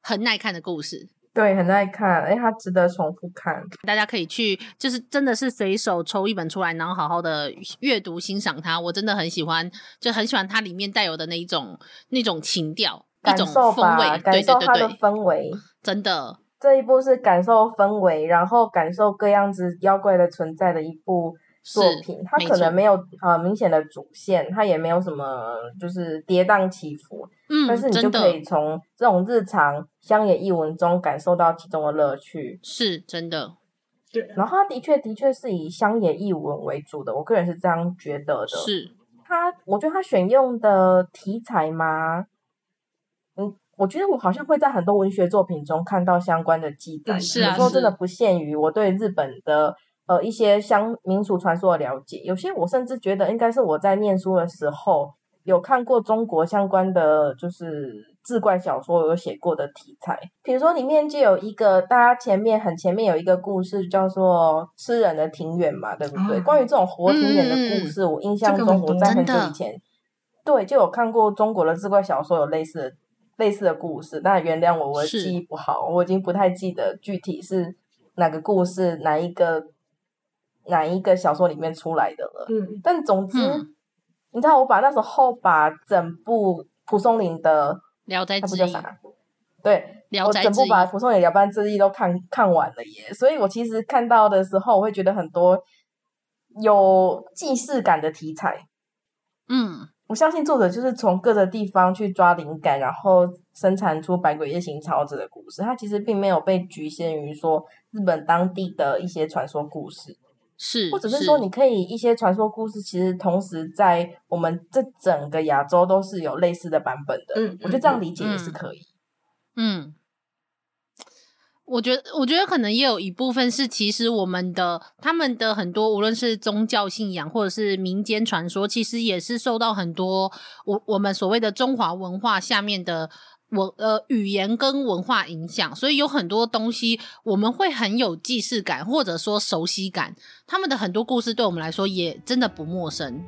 很耐看的故事。
对，很爱看，哎，他值得重复看。
大家可以去，就是真的是随手抽一本出来，然后好好的阅读欣赏它。我真的很喜欢，就很喜欢它里面带有的那一种那种情调，一
感
种
受
风
吧，
味。
感
对
受
对
它
对
的
对，
氛围。
真的
这一部是感受氛围，然后感受各样子妖怪的存在的一部
是
作品，它
没
可
错
能没有呃明显的主线，它也没有什么就是跌宕起伏，但是
嗯，
你就
真
可
的
以从这种日常乡野异闻中感受到其中的乐趣。
是真的
对啊，
然后它的确的确是以乡野异闻为主的，我个人是这样觉得的。
是
它，我觉得它选用的题材嘛，嗯，我觉得我好像会在很多文学作品中看到相关的记载。
嗯是
啊
有时候真的
是
不限于我对日本的呃一些乡民俗传说的了解，有些我甚至觉得应该是我在念书的时候有看过中国相关的，就是志怪小说有写过的题材。比如说里面就有一个大家前面很前面有一个故事叫做《吃人的庭院》嘛，对不对？
啊
关于这种活庭院
哦
的
嗯嗯嗯
故事，我印象
这个
中
很
我
多
在很
真
久
的
以前。对，就有看过中国的志怪小说有类似的类似的故事，但原谅我，我的
是
记忆不好，我已经不太记得具体是哪个故事、哪一个哪一个小说里面出来的了。
嗯，
但总之，
嗯
你知道，我把那时候把整部蒲松龄的
《聊斋
那部
志
叫
异》
啥？对，
聊
我
斋
哦整
志
部
异
把《蒲松龄的聊斋志异》都看看完了耶，所以我其实看到的时候，我会觉得很多有既视感的题材。
嗯，
我相信作者就是从各个地方去抓灵感，然后生产出《百鬼夜行》超子的故事。它其实并没有被局限于说日本当地的一些传说故事，
是，
嗯
或者是说，你可以一些传说故事，其实同时在我们这整个亚洲都是有类似的版本的。
嗯
我觉得这样理解也是可以。
嗯，我觉得，我觉得可能也有一部分是，其实我们的他们的很多，无论是宗教信仰或者是民间传说，其实也是受到很多我我们所谓的中华文化下面的。文呃语言跟文化影响，所以有很多东西我们会很有既视感，或者说熟悉感。他们的很多故事对我们来说也真的不陌生。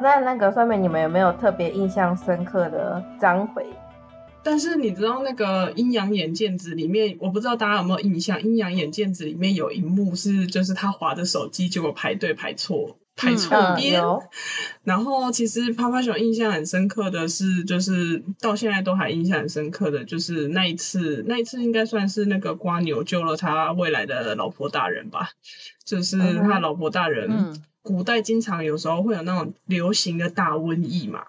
那那个上面你们有没有特别印象深刻的章回？
但是你知道那个《阴阳眼镜子》里面，我不知道大家有没有印象，《阴阳眼镜子》里面有一幕是，就是他划着手机，结果排队排错，排错
嗯，
边。
有
然后其实趴趴熊印象很深刻的是，就是到现在都还印象很深刻的，就是那一次，那一次应该算是那个瓜牛救了他未来的老婆大人吧，就是
嗯哼
他老婆大人。
嗯
古代经常有时候会有那种流行的大瘟疫嘛，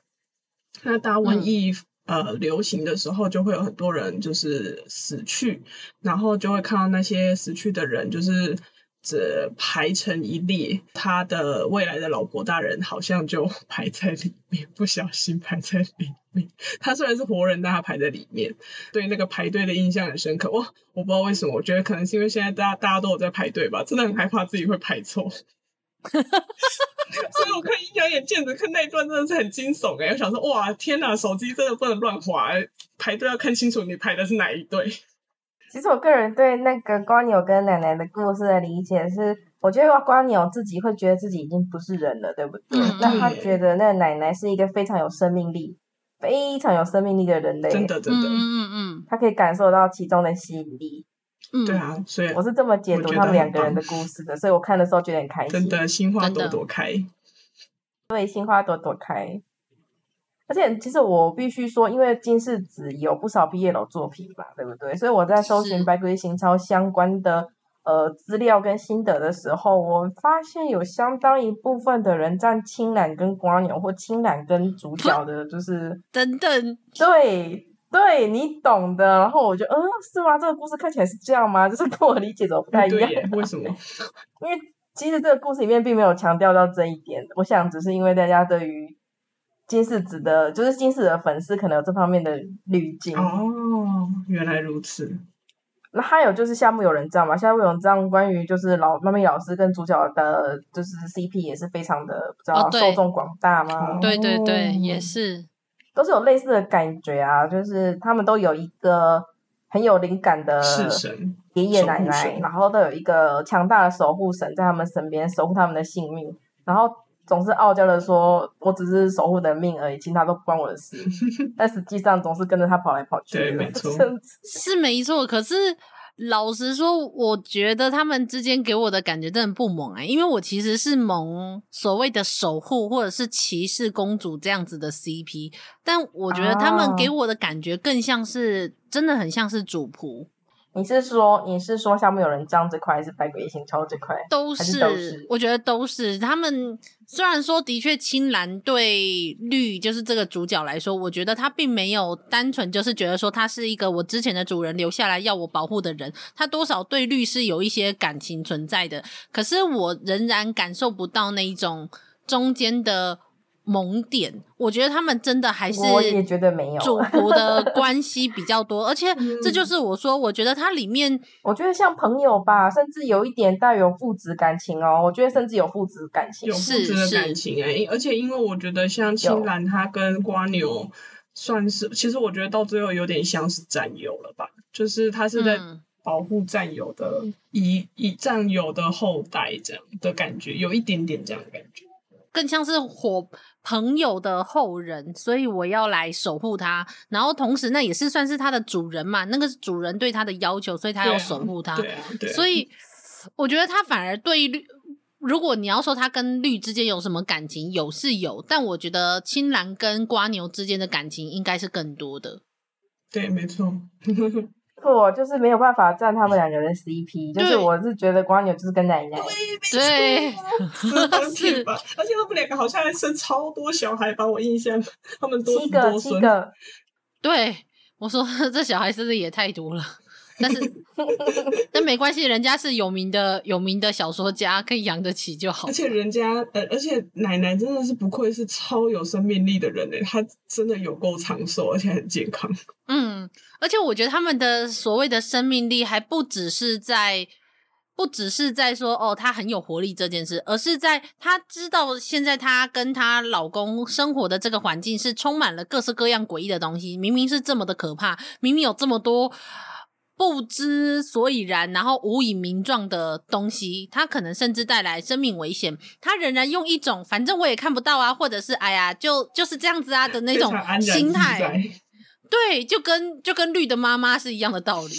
那大瘟疫、呃流行的时候，就会有很多人就是死去，然后就会看到那些死去的人就是这排成一列，他的未来的老婆大人好像就 排在里面，不小心排在里面。他虽然是活人，但他排在里面，对那个排队的印象很深刻。哇，我不知道为什么，我觉得可能是因为现在大家大家都有在排队吧，真的很害怕自己会排错。所以我看《阴阳眼见子》看那一段真的是很惊悚哎、我想说哇天哪，手机真的不能乱滑、欸，排队要看清楚你排的是哪一队。
其实我个人对那个瓜牛跟奶奶的故事的理解是，我觉得瓜牛自己会觉得自己已经不是人了，对不对？
嗯
那他
对
觉得那奶奶是一个非常有生命力、非常有生命力的人类，
真的
嗯
真的，
嗯嗯
他可以感受到其中的吸引力。
嗯，
对，啊，所以
我是这么解
我
读
觉
他
得
们两
很
个人的
棒
故事的，所以我看的时候觉得很开心。
真的心花
真的
朵朵开，
对，心花朵朵开。而且其实我必须说，因为金世子有不少毕业楼作品嘛，对不对？所以我在搜
是
寻白龟行超相关的呃资料跟心得的时候，我发现有相当一部分的人站青蓝跟瓜牛或青蓝跟主角的，就是
等等，
对。对你懂的，然后我就嗯，是吗？这个故事看起来是这样吗？就是跟我理解的不太一
对
样。
耶，为 什么？
因为其实这个故事里面并没有强调到这一点，我想只是因为大家对于金世子的，就是金世子的粉丝可能有这方面的滤镜。
哦，原来如此，
那还有就是夏目友人帐嘛，夏目友人帐关于就是老妈咪老师跟主角的，就是 CP 也是非常的不知
哦
道、
对
受众广大嘛，
哦
对对对，也
哦
是，
都是有类似的感觉啊，就是他们都有一个很有灵感的
是神，
爷爷奶
守护
奶，
神
然后都有一个强大的守护神在他们身边守护他们的性命，然后总是傲娇的说：“我只是守护你的命而已，其他都不关我的 事。”但实际上总是跟着他跑来跑去的，
对没 错
甚至
是没错，可是老实说，我觉得他们之间给我的感觉真的不萌哎、因为我其实是萌所谓的守护或者是骑士公主这样子的 CP，但我觉得他们
哦
给我的感觉更像是，真的很像是主仆，
你是说你是说下面有人张这块，还是百鬼夜行超这块？
都
还
是
是都是
我觉得都是他们。虽然说的确青蓝对绿就是这个主角来说，我觉得他并没有单纯就是觉得说他是一个我之前的主人留下来要我保护的人，他多少对绿是有一些感情存在的。可是我仍然感受不到那一种中间的萌点，我觉得他们真的还是
我也觉得没有嗯
主仆的关系比较多，而 且这就是我说，我觉得它里面。
我觉得像朋友吧，甚至有一点带有父子感情哦。我觉得甚至有父子感情
有，父
是
子的
是
感情哎、而且因为我觉得像青
有
兰她跟瓜牛算是，其实我觉得到最后有点像是战友了吧，就是他是在
嗯
保护战友的，
嗯
以以战友的后代这样的感觉，有一点点这样的感觉。
更像是伙朋友的后人，所以我要来守护他。然后同时，那也是算是他的主人嘛，那个主人对他的要求，所以他
对
要
啊
守护他。
对啊，对啊，
所以我觉得他反而对绿，如果你要说他跟绿之间有什么感情，有是有，但我觉得青 蓝跟瓜牛之间的感情应该是更多的。
对，没错。
错，就是没有办法站 他们两个人 CP，就是
对
我是觉得瓜牛就是跟奶奶，
对
是吧？而且他们两个好像还生超多小孩吧，我印象他们多
七
子
个
多
七
孙，
个，
对，我说这小孩真的也太毒了。 但是，但没关系，人家是有名的有名的小说家，可以养得起就好
而。且人家呃，而且奶奶真的是不愧是超有生命力的人诶，她真的有够长寿，而且很健康。
嗯，而且我觉得他们的所谓的生命力，还不只是在，不只是在说哦，她很有活力这件事，而是在她知道现在她跟她老公生活的这个环境是充满了各式各样诡异的东西，明明是这么的可怕，明明有这么多。不知所以然，然后无以名状的东西，它可能甚至带来生命危险。他仍然用一种反正我也看不到啊，或者是哎呀，就就是这样子啊的那
非
种
常安然
心
自
态，
在
对，就跟就跟绿的妈妈是一样的道理。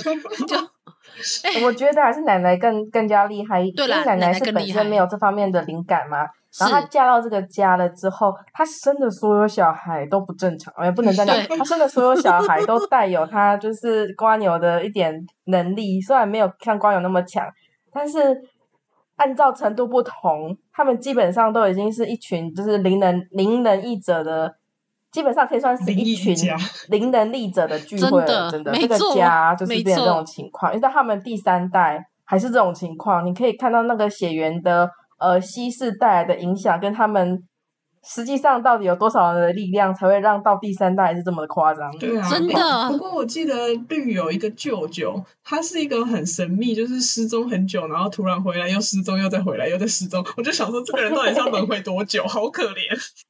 我觉得还是奶奶更更加厉害一点，
对
因
啦
为奶
奶奶
是
更
本
厉
身
害
没有这方面的灵感嘛，
是
然后她嫁到这个家了之后，她生的所有小孩都不正常，也不能这样
对
讲，她生的所有小孩都带有她就是瓜牛的一点能力，虽然没有像瓜牛那么强，但是按照程度不同，他们基本上都已经是一群就是灵能灵能益者的。基本上可以算是
灵异
一
一
群
家
灵能力者的聚
真
会
的
了，真的，
没
这个
错
家就是
没
变成这
错
种情况，因为到他们第三代还是这种情况，你可以看到那个血缘的呃稀释带来的影响，跟他们实际上到底有多少人的力量才会让到第三代还是这么的夸张？
对啊，
真的
不过我记得绿有一个舅舅，他是一个很神秘，就是失踪很久，然后突然回来，又失踪，又再回来，又再失踪。我就想说，这个人到底是要轮回多久？好可 怜。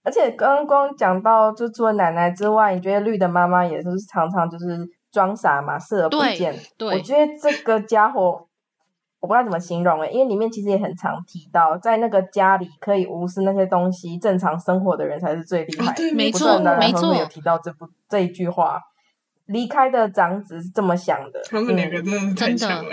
而且刚刚讲到，就除了奶奶之外，你觉得绿的妈妈也是常常就是装傻嘛，视而不
对
见。我
对，
觉得这个家伙，我不知道怎么形容诶、欸因为里面其实也很常提到，在那个家里可以无视那些东西，正常生活的人才是最厉害
啊，
的。
对，
没
不
错
断的
没
来回
错
有提到这部这一句话。离开的长子是这么想的，
他们两
嗯
个真的是太
真的
强了，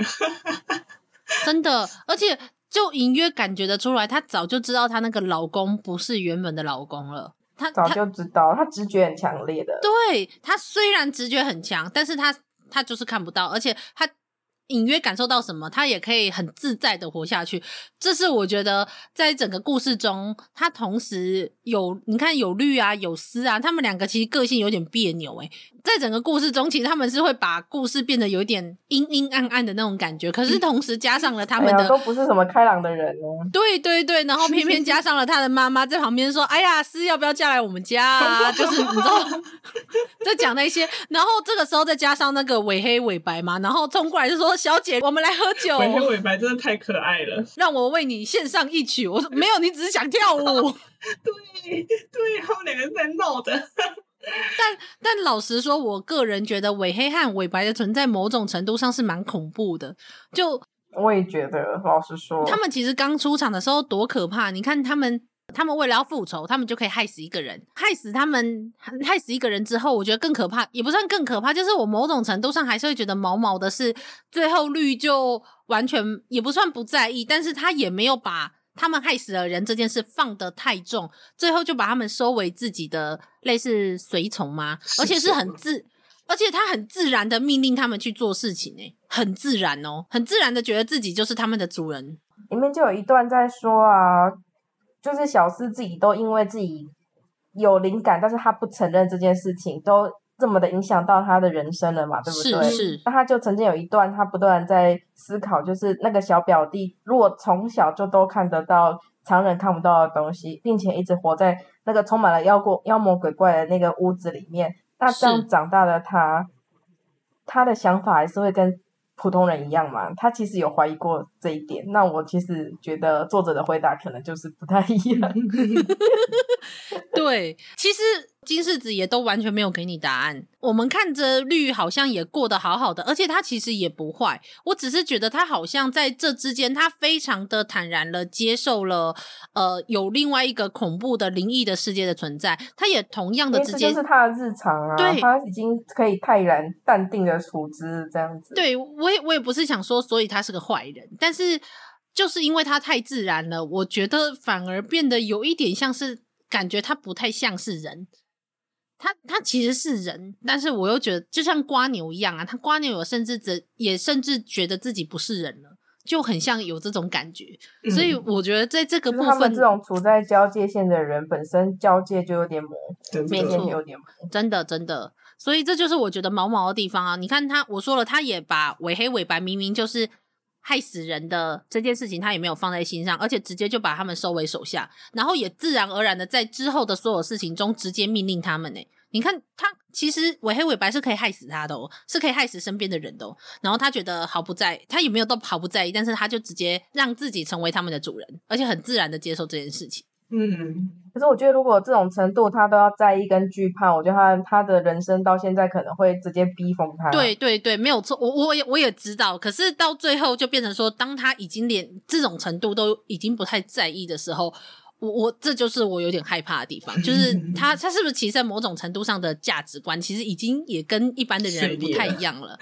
真的，而且就隐约感觉得出来，她早就知道她那个老公不是原本的老公了。她
早
她
就知道，他直觉很强烈的。
对她虽然直觉很强，但是她她就是看不到，而且她隐约感受到什么，她也可以很自在的活下去。这是我觉得在整个故事中，她同时有你看有绿啊，有丝啊，他们两个其实个性有点别扭诶、在整个故事中，其实他们是会把故事变得有一点阴阴暗暗的那种感觉，可是同时加上了他
嗯哎
们
呀，
的
都不是什么开朗的人哦。
对对对，然后偏偏加上了他的妈妈在旁边说：“哎呀，是要不要嫁来我们家啊？”就是你知道，在讲那些，然后这个时候再加上那个尾黑尾白嘛，然后冲过来就说：“小姐，我们来喝酒，
尾黑尾白真的太可爱了。
让我为你献上一曲。”我说：“没有，你只是想跳舞。
对对，他们两个在闹的，”
但老实说，我个人觉得尾黑和尾白的存在某种程度上是蛮恐怖的，就
我也觉得，老实说，
他们其实刚出场的时候多可怕！你看他们，他们为了要复仇，他们就可以害死一个人，害死他们，害死一个人之后，我觉得更可怕，也不算更可怕，就是我某种程度上还是会觉得毛毛的是，最后绿就完全也不算不在意，但是他也没有把他们害死了人这件事放得太重，最后就把他们收为自己的类似随从嘛，
是
而且是
是
很自。而且他很自然的命令他们去做事情、欸，很自然哦，很自然的觉得自己就是他们的主人，
里面就有一段在说啊，就是小四自己都因为自己有灵感，但是他不承认这件事情，都这么的影响到他的人生了嘛，对不
是
对？
是，
那他就曾经有一段，他不断在思考，就是那个小表弟如果从小就都看得到常人看不到的东西，并且一直活在那个充满了妖过妖魔鬼怪的那个屋子里面，那这
是
样长大的他，他的想法还是会跟普通人一样嘛？他其实有怀疑过这一点。那我其实觉得作者的回答可能就是不太一样。
对，其实金世子也都完全没有给你答案。我们看着绿好像也过得好好的，而且他其实也不坏。我只是觉得他好像在这之间，他非常的坦然了，接受了呃有另外一个恐怖的灵异的世界的存在。他也同样
因
的
为
直
这
接
就是他的日常啊
对，
他已经可以泰然淡定的处之这样子。
对我也我也不是想说，所以他是个坏人，但是就是因为他太自然了，我觉得反而变得有一点像是感觉他不太像是人。他他其实是人，但是我又觉得就像瓜牛一样啊，他瓜牛有甚至只也甚至觉得自己不是人了，就很像有这种感觉。
嗯
所以我觉得在这个
就是
部
他们
分
这，种处在交界线的人，本身交界就有点模糊，
真
没
界
错
的
限有点模糊。
真的真的，所以这就是我觉得毛毛的地方啊。你看他，我说了，他也把伪黑伪白明明就是害死人的这件事情，他也没有放在心上，而且直接就把他们收为手下，然后也自然而然的在之后的所有事情中直接命令他们呢、你看他其实伪黑伪白是可以害死他的哦，是可以害死身边的人的哦。然后他觉得毫不在意，他也没有到毫不在意，但是他就直接让自己成为他们的主人，而且很自然的接受这件事情。
嗯，
可是我觉得，如果这种程度他都要在意跟惧怕，我觉得他他的人生到现在可能会直接逼疯他。
对，对对，没有错，我我也我也知道，可是到最后就变成说，当他已经连这种程度都已经不太在意的时候，我我这就是我有点害怕的地方，就是 他他是不是其实在某种程度上的价值观，其实已经也跟一般的
碎
人不
裂
太
了
一样了。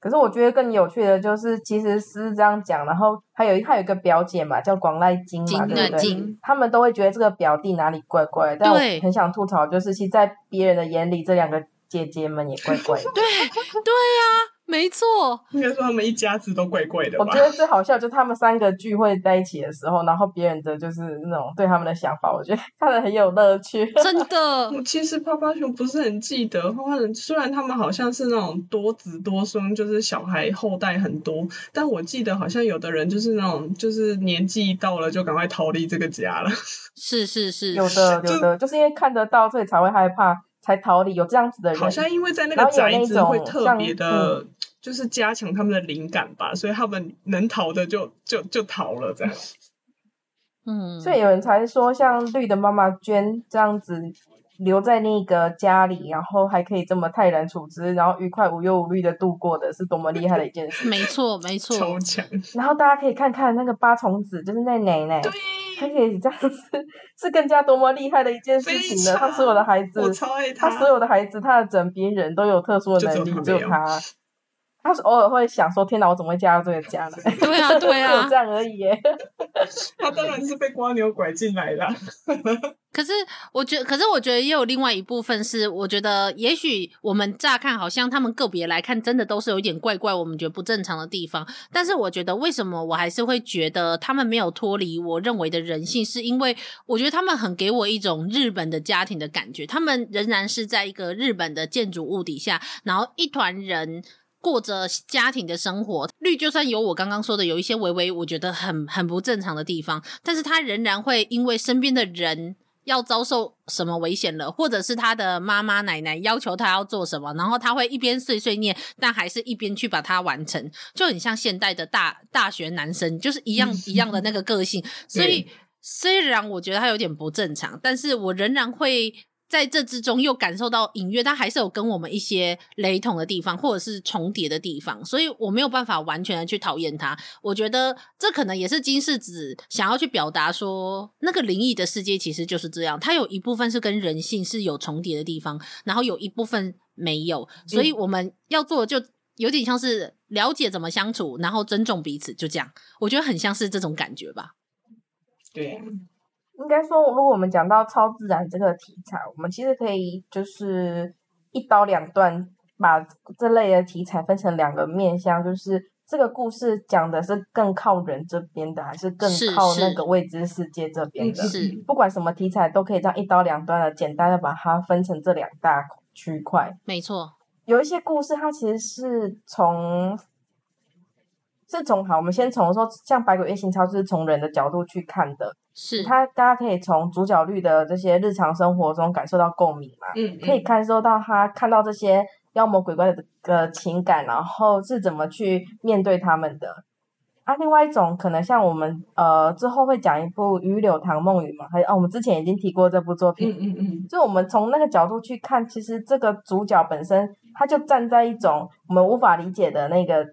可是我觉得更有趣的就是，其实是这样讲，然后还有他有一个表姐嘛，叫广濑金
金
嘛，对
对
不对？
金，
他们都会觉得这个表弟哪里怪怪，但我
对
很想吐槽，就是其实在别人的眼里，这两个姐姐们也怪怪的。
对对呀、没错，
应该说他们一家子都怪怪的
我
吧
觉？得最好笑就是他们三个聚会在一起的时候，然后别人的就是那种对他们的想法，我觉得看得很有乐趣。
真的
我哦其实泡泡熊不是很记得花花人，虽然他们好像是那种多子多孙，就是小孩后代很多，但我记得好像有的人就是那种就是年纪到了就赶快逃离这个家了。
是是是，
有的有的，就是因为看得到，所以才会害怕，才逃离。有这样子的人，
好像因为在那
然
个
后有
宅
那
子
种
会特
像嗯
别的，就是加强他们的灵感吧，所以他们能逃的就就就逃了这样。
嗯，
所以有人才说，像绿的妈妈娟这样子留在那个家里，然后还可以这么泰然处之，然后愉快无忧无虑的度过的，是多么厉害的一件事。
没错没错，
超强，
然后大家可以看看那个八重子，就是那奶奶，她可以这样子， 是更加多么厉害的一件事
非
情呢。她
常
所有的孩子
我，超爱
他
他。
所有的孩子，他的枕边人都有特殊的
就只有
能力
他，
只
没
有
有
他。他是偶尔会想说：“天哪，我怎么会嫁到这个家呢？”
对 啊对啊
只有这样而已耶。
他当然是被瓜牛拐进来的啊、
可是我觉可是我觉得也有另外一部分是，我觉得也许我们乍看好像他们个别来看，真的都是有一点怪怪，我们觉得不正常的地方。但是我觉得为什么我还是会觉得他们没有脱离我认为的人性，是因为我觉得他们很给我一种日本的家庭的感觉，他们仍然是在一个日本的建筑物底下，然后一团人。过着家庭的生活，绿就算有我刚刚说的有一些微微我觉得很很不正常的地方，但是他仍然会因为身边的人要遭受什么危险了，或者是他的妈妈奶奶要求他要做什么，然后他会一边碎碎念，但还是一边去把它完成，就很像现代的大大学男生，就是一样一样的那个个性。所以虽然我觉得他有点不正常，但是我仍然会。在这之中又感受到隐约，他还是有跟我们一些雷同的地方，或者是重叠的地方，所以我没有办法完全的去讨厌他。我觉得这可能也是金世子想要去表达说，那个灵异的世界其实就是这样，它有一部分是跟人性是有重叠的地方，然后有一部分没有，所以我们要做的就有点像是了解怎么相处，然后尊重彼此，就这样，我觉得很像是这种感觉吧。
对啊，
应该说，如果我们讲到超自然这个题材，我们其实可以就是一刀两断，把这类的题材分成两个面向，就是这个故事讲的是更靠人这边的，还是更
是
靠那
是嗯
个未知世界这
嗯
边的？
是
不管什么题材，都可以这样一刀两断的，简单的把它分成这两大区块。
没错，
有一些故事，它其实是从是从好，我们先从说像《百鬼夜行》，它是从人的角度去看的。
嗯
是
它大家可以从主角绿的这些日常生活中感受到共鸣嘛，
嗯，
可以感受到他看到这些妖魔鬼怪的呃情感，然后是怎么去面对他们的。啊，另外一种可能像我们呃之后会讲一部《鱼柳堂梦雨》嘛，还有啊，我们之前已经提过这部作品，
嗯嗯嗯，
就我们从那个角度去看，其实这个主角本身他就站在一种我们无法理解的那个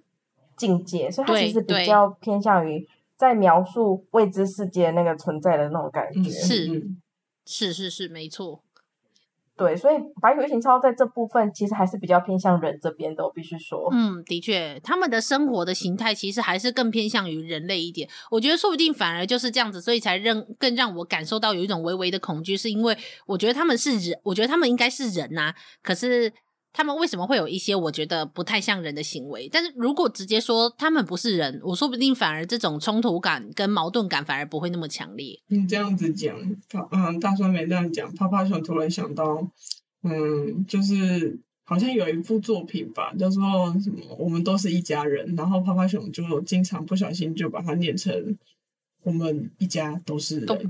境界，所以他
对
其实
对
比较偏向于在描述未知世界那个存在的那种感
嗯
觉。
是
嗯
是是是，没错。
对，所以白骨行超在这部分其实还是比较偏向人这边的，我必须说。
嗯，的确，他们的生活的形态其实还是更偏向于人类一点。我觉得说不定反而就是这样子，所以才让更让我感受到有一种微微的恐惧，是因为我觉得他们是人，我觉得他们应该是人呐、可是他们为什么会有一些我觉得不太像人的行为？但是如果直接说他们不是人，我说不定反而这种冲突感跟矛盾感反而不会那么强烈。
你这样子讲，大嗯，大酸梅这样讲，泡泡熊突然想到，嗯，就是好像有一部作品吧，叫做什么“我们都是一家人”，然后泡泡熊就经常不小心就把它念成“我们一家都是
都
人”。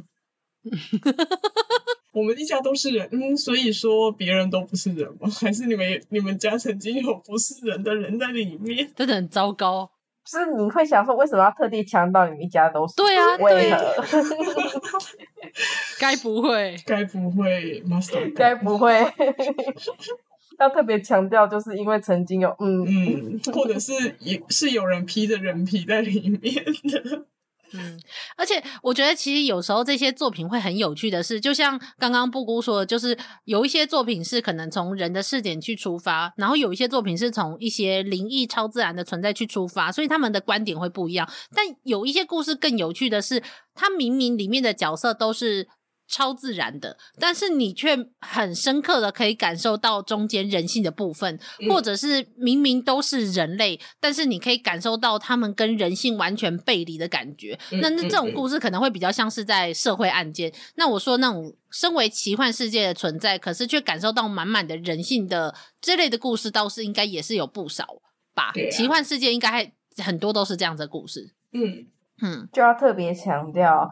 我们一家都是人，嗯，所以说别人都不是人吗？还是你们也你们家曾经有不是人的人在里面？
真的很糟糕。
就是你会想说，为什么要特地强调你们一家都是？
对啊
为何？
该不会？
该不会 master
该不会 要特别强调，就是因为曾经有嗯
嗯， 或者是也是有人披着人皮在里面的。
嗯，而且我觉得其实有时候这些作品会很有趣的是，就像刚刚布姑说的，就是有一些作品是可能从人的视点去出发，然后有一些作品是从一些灵异超自然的存在去出发，所以他们的观点会不一样。但有一些故事更有趣的是，它明明里面的角色都是。超自然的，但是你却很深刻的可以感受到中间人性的部分，
嗯
或者是明明都是人类，但是你可以感受到他们跟人性完全背离的感觉。
嗯
那那这
嗯
种
嗯
故事可能会比较像是在社会案件。那我说那种身为奇幻世界的存在，可是却感受到满满的人性的这类的故事，倒是应该也是有不少吧。
对啊
奇幻世界应该还很多都是这样的故事。
嗯，
嗯，
就要特别强调，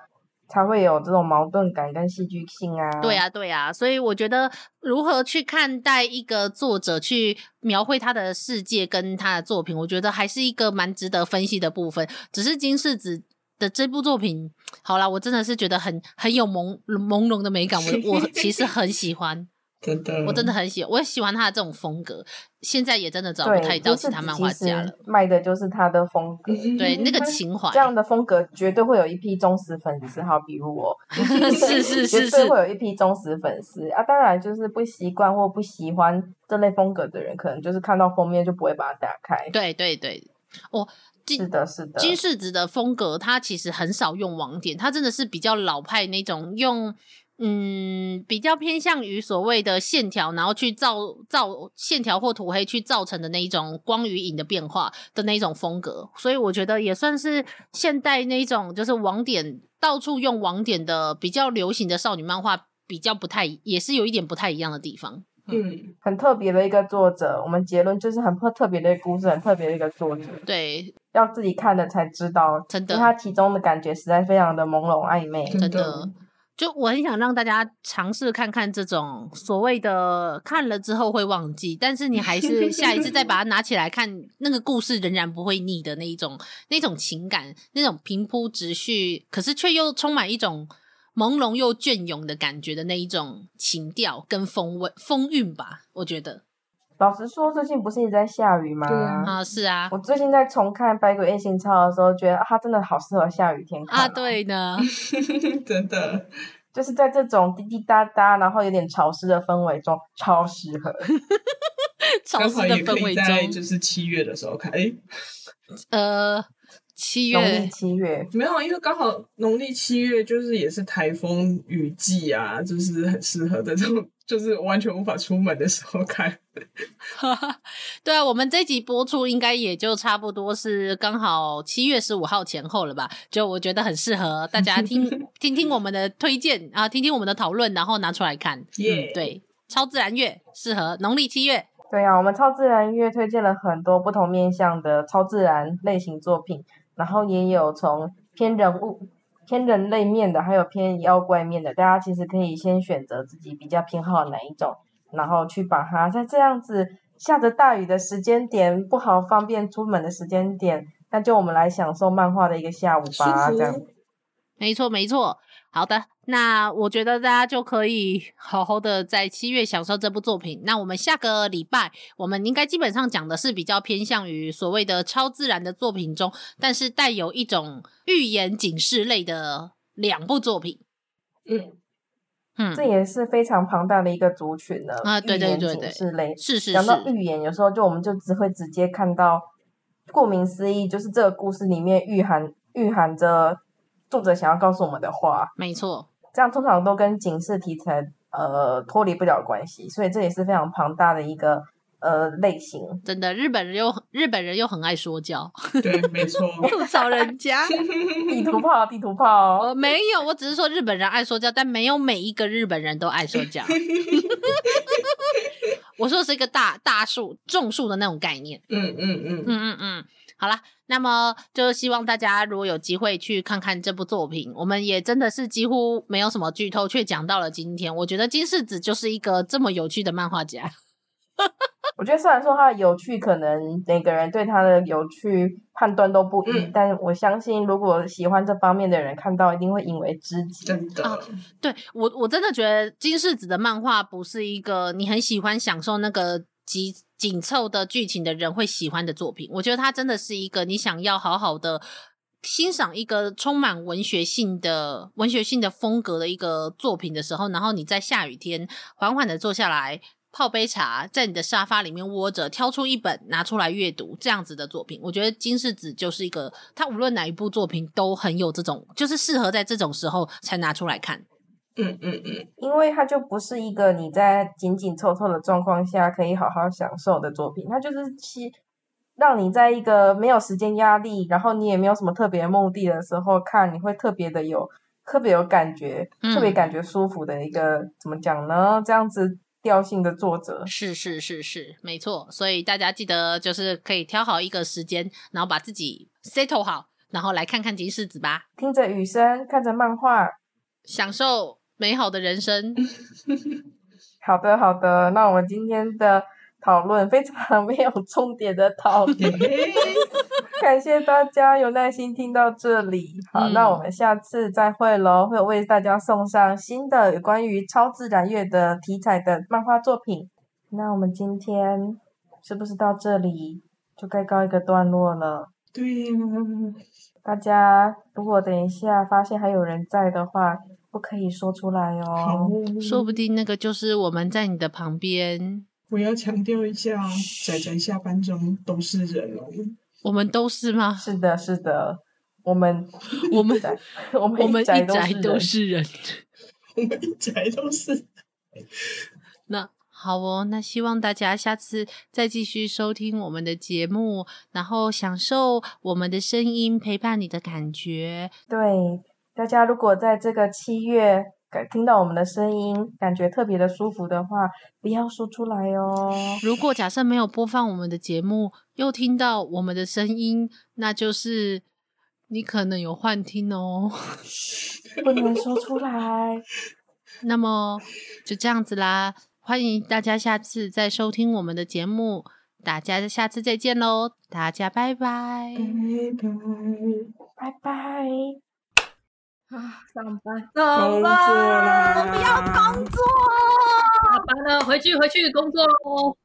才会有这种矛盾感跟戏剧性啊。
对，啊，对啊，所以我觉得如何去看待一个作者去描绘他的世界跟他的作品，我觉得还是一个蛮值得分析的部分。只是金世子的这部作品，好啦，我真的是觉得很很有朦朦胧的美 感，我我其实很喜欢，
真的，
嗯
我真的很喜，我也喜欢他的这种风格。现在也真的找不
对，
太到其他漫画家了，，
卖的就是他的风 格。
嗯
对那个情怀
这，样的风格绝对会有一批忠实粉丝，好比如我，
是是是
绝对
是
会，有一批忠实粉丝啊。当然，就是不习惯或不喜欢这类风格的人，可能就是看到封面就不会把它打开。
对对对，哦，金
是的，是的，
金世子的风格，他其实很少用网点，他真的是比较老派那种用。嗯，比较偏向于所谓的线条，然后去造造线条或涂黑去造成的那一种光与影的变化的那一种风格，所以我觉得也算是现代那一种就是网点到处用网点的比较流行的少女漫画比较不太，也是有一点不太一样的地方。
嗯，
很特别的一个作者。我们结论就是很特特别的一个故事，很特别的一个作者，
对，
要自己看了才知道。
真的
因为它其中的感觉实在非常的朦胧暧昧。
真的
的，
就我很想让大家尝试看看这种所谓的看了之后会忘记，但是你还是下一次再把它拿起来看，那个故事仍然不会腻的那一种那种情感，那种平铺直叙，可是却又充满一种朦胧又隽永的感觉的那一种情调跟风味风韵吧，我觉得
老实说，最近不是一直在下雨吗？
对啊
啊是啊
我最近在重看《百鬼夜行超》的时候，觉得啊它真的好适合下雨天看、
啊，对 呢，
真的，
就是在这种滴滴答答，然后有点潮湿的氛围中，超适合。
潮
刚
湿
好
的
也可
氛
以
围
在
中
就，是七月的时候看，诶，
呃，七
农历
月
七月，
没有，因为刚好农历七月就是也是台风雨季啊，就是很适合在这种就是完全无法出门的时候看。
哈哈，对啊，我们这集播出应该也就差不多是刚好七月十五号前后了吧？就我觉得很适合大家听听听我们的推荐啊，听听我们的讨论，然后拿出来看。
耶
嗯，对，超自然月适合农历七月。
对啊，我们超自然音乐推荐了很多不同面向的超自然类型作品，然后也有从偏人物、偏人类面的，还有偏妖怪面的，大家其实可以先选择自己比较偏好哪一种，然后去把它在这样子下着大雨的时间点，不好方便出门的时间点，那就我们来享受漫画的一个下午吧，
舒服
这样。
没错，没错。好的，那我觉得大家就可以好好的在七月享受这部作品。那我们下个礼拜，我们应该基本上讲的是比较偏向于所谓的超自然的作品中，但是带有一种预言警示类的两部作品。
嗯，
嗯
这，也是非常庞大的一个族群了。
啊对
预
对
言
对
警
对
示类，
是是
讲到
是，
预言，有时候就我们就只会直接看到，顾名思义，就是这个故事里面蕴含蕴含着作者想要告诉我们的话，
没错，
这样通常都跟警示题材呃脱离不了关系，所以这也是非常庞大的一个呃类 型。
真的，日本人又很日本人又很爱说 教，
对，没错，
吐槽人家。
地图炮，哦地图炮，
我没有，我只是说日本人爱说教，但没有每一个日本人都爱说教。我说的是一个大大数众数的那种概念。
嗯嗯嗯，
嗯嗯嗯，好啦，那么就希望大家如果有机会去看看这部作品，我们也真的是几乎没有什么剧透，却讲到了今天。我觉得金世子就是一个这么有趣的漫画家。
我觉得虽然说它的有趣，可能每个人对它的有趣判断都不一，
嗯
但我相信如果喜欢这方面的人看到，一定会引为知己。
真
啊
的，
对我，我真的觉得金世子的漫画不是一个你很喜欢享受那个紧紧凑的剧情的人会喜欢的作品。我觉得它真的是一个你想要好好的欣赏一个充满文学性的文学性的风格的一个作品的时候，然后你在下雨天缓缓的坐下来。泡杯茶，在你的沙发里面窝着，挑出一本拿出来阅读，这样子的作品，我觉得金世子就是一个，他无论哪一部作品都很有这种，就是适合在这种时候才拿出来看。
嗯嗯嗯，
因为它就不是一个你在紧紧凑凑的状况下可以好好享受的作品，它就是希让你在一个没有时间压力，然后你也没有什么特别目的的时候看，你会特别的有特别有感觉，特别
嗯
感觉舒服的一个怎么讲呢？这样子调性的作者，
是是是是，没错。所以大家记得就是可以挑好一个时间，然后把自己 settle 好，然后来看看金世子吧，
听着雨声，看着漫画。
享受美好的人生。
嗯好的，好的，那我们今天的讨论非常没有重点的讨论。
嘿嘿
感谢大家有耐心听到这里。好，
嗯
那我们下次再会喽，会为大家送上新的有关于超自然乐的题材的漫画作品。那我们今天是不是到这里就该告一个段落了？
对呀、
大家如果等一下发现还有人在的话，不可以说出来
好
哦。
哦，
说不定那个就是我们在你的旁边，
我要强调一下哦，仔仔下班中都是人哦，
我们都是吗？
是的，是的，我们
我们
宅 我们
我们
一宅
一
都
宅
是
都
人
是人。
我们一宅都是。
那好哦，那希望大家下次再继续收听我们的节目，然后享受我们的声音陪伴你的感觉。
对，大家如果在这个七月感听到我们的声音，感觉特别的舒服的话，不要说出来哦。
如果假设没有播放我们的节目，又听到我们的声音，那就是你可能有幻听哦。
不能说出来。
那么就这样子啦，欢迎大家下次再收听我们的节目，大家下次再见喽，大家拜拜。
拜拜。
拜拜。
啊，上班，
工
上
作
班，
啦！
下班了，回去回去工作喽。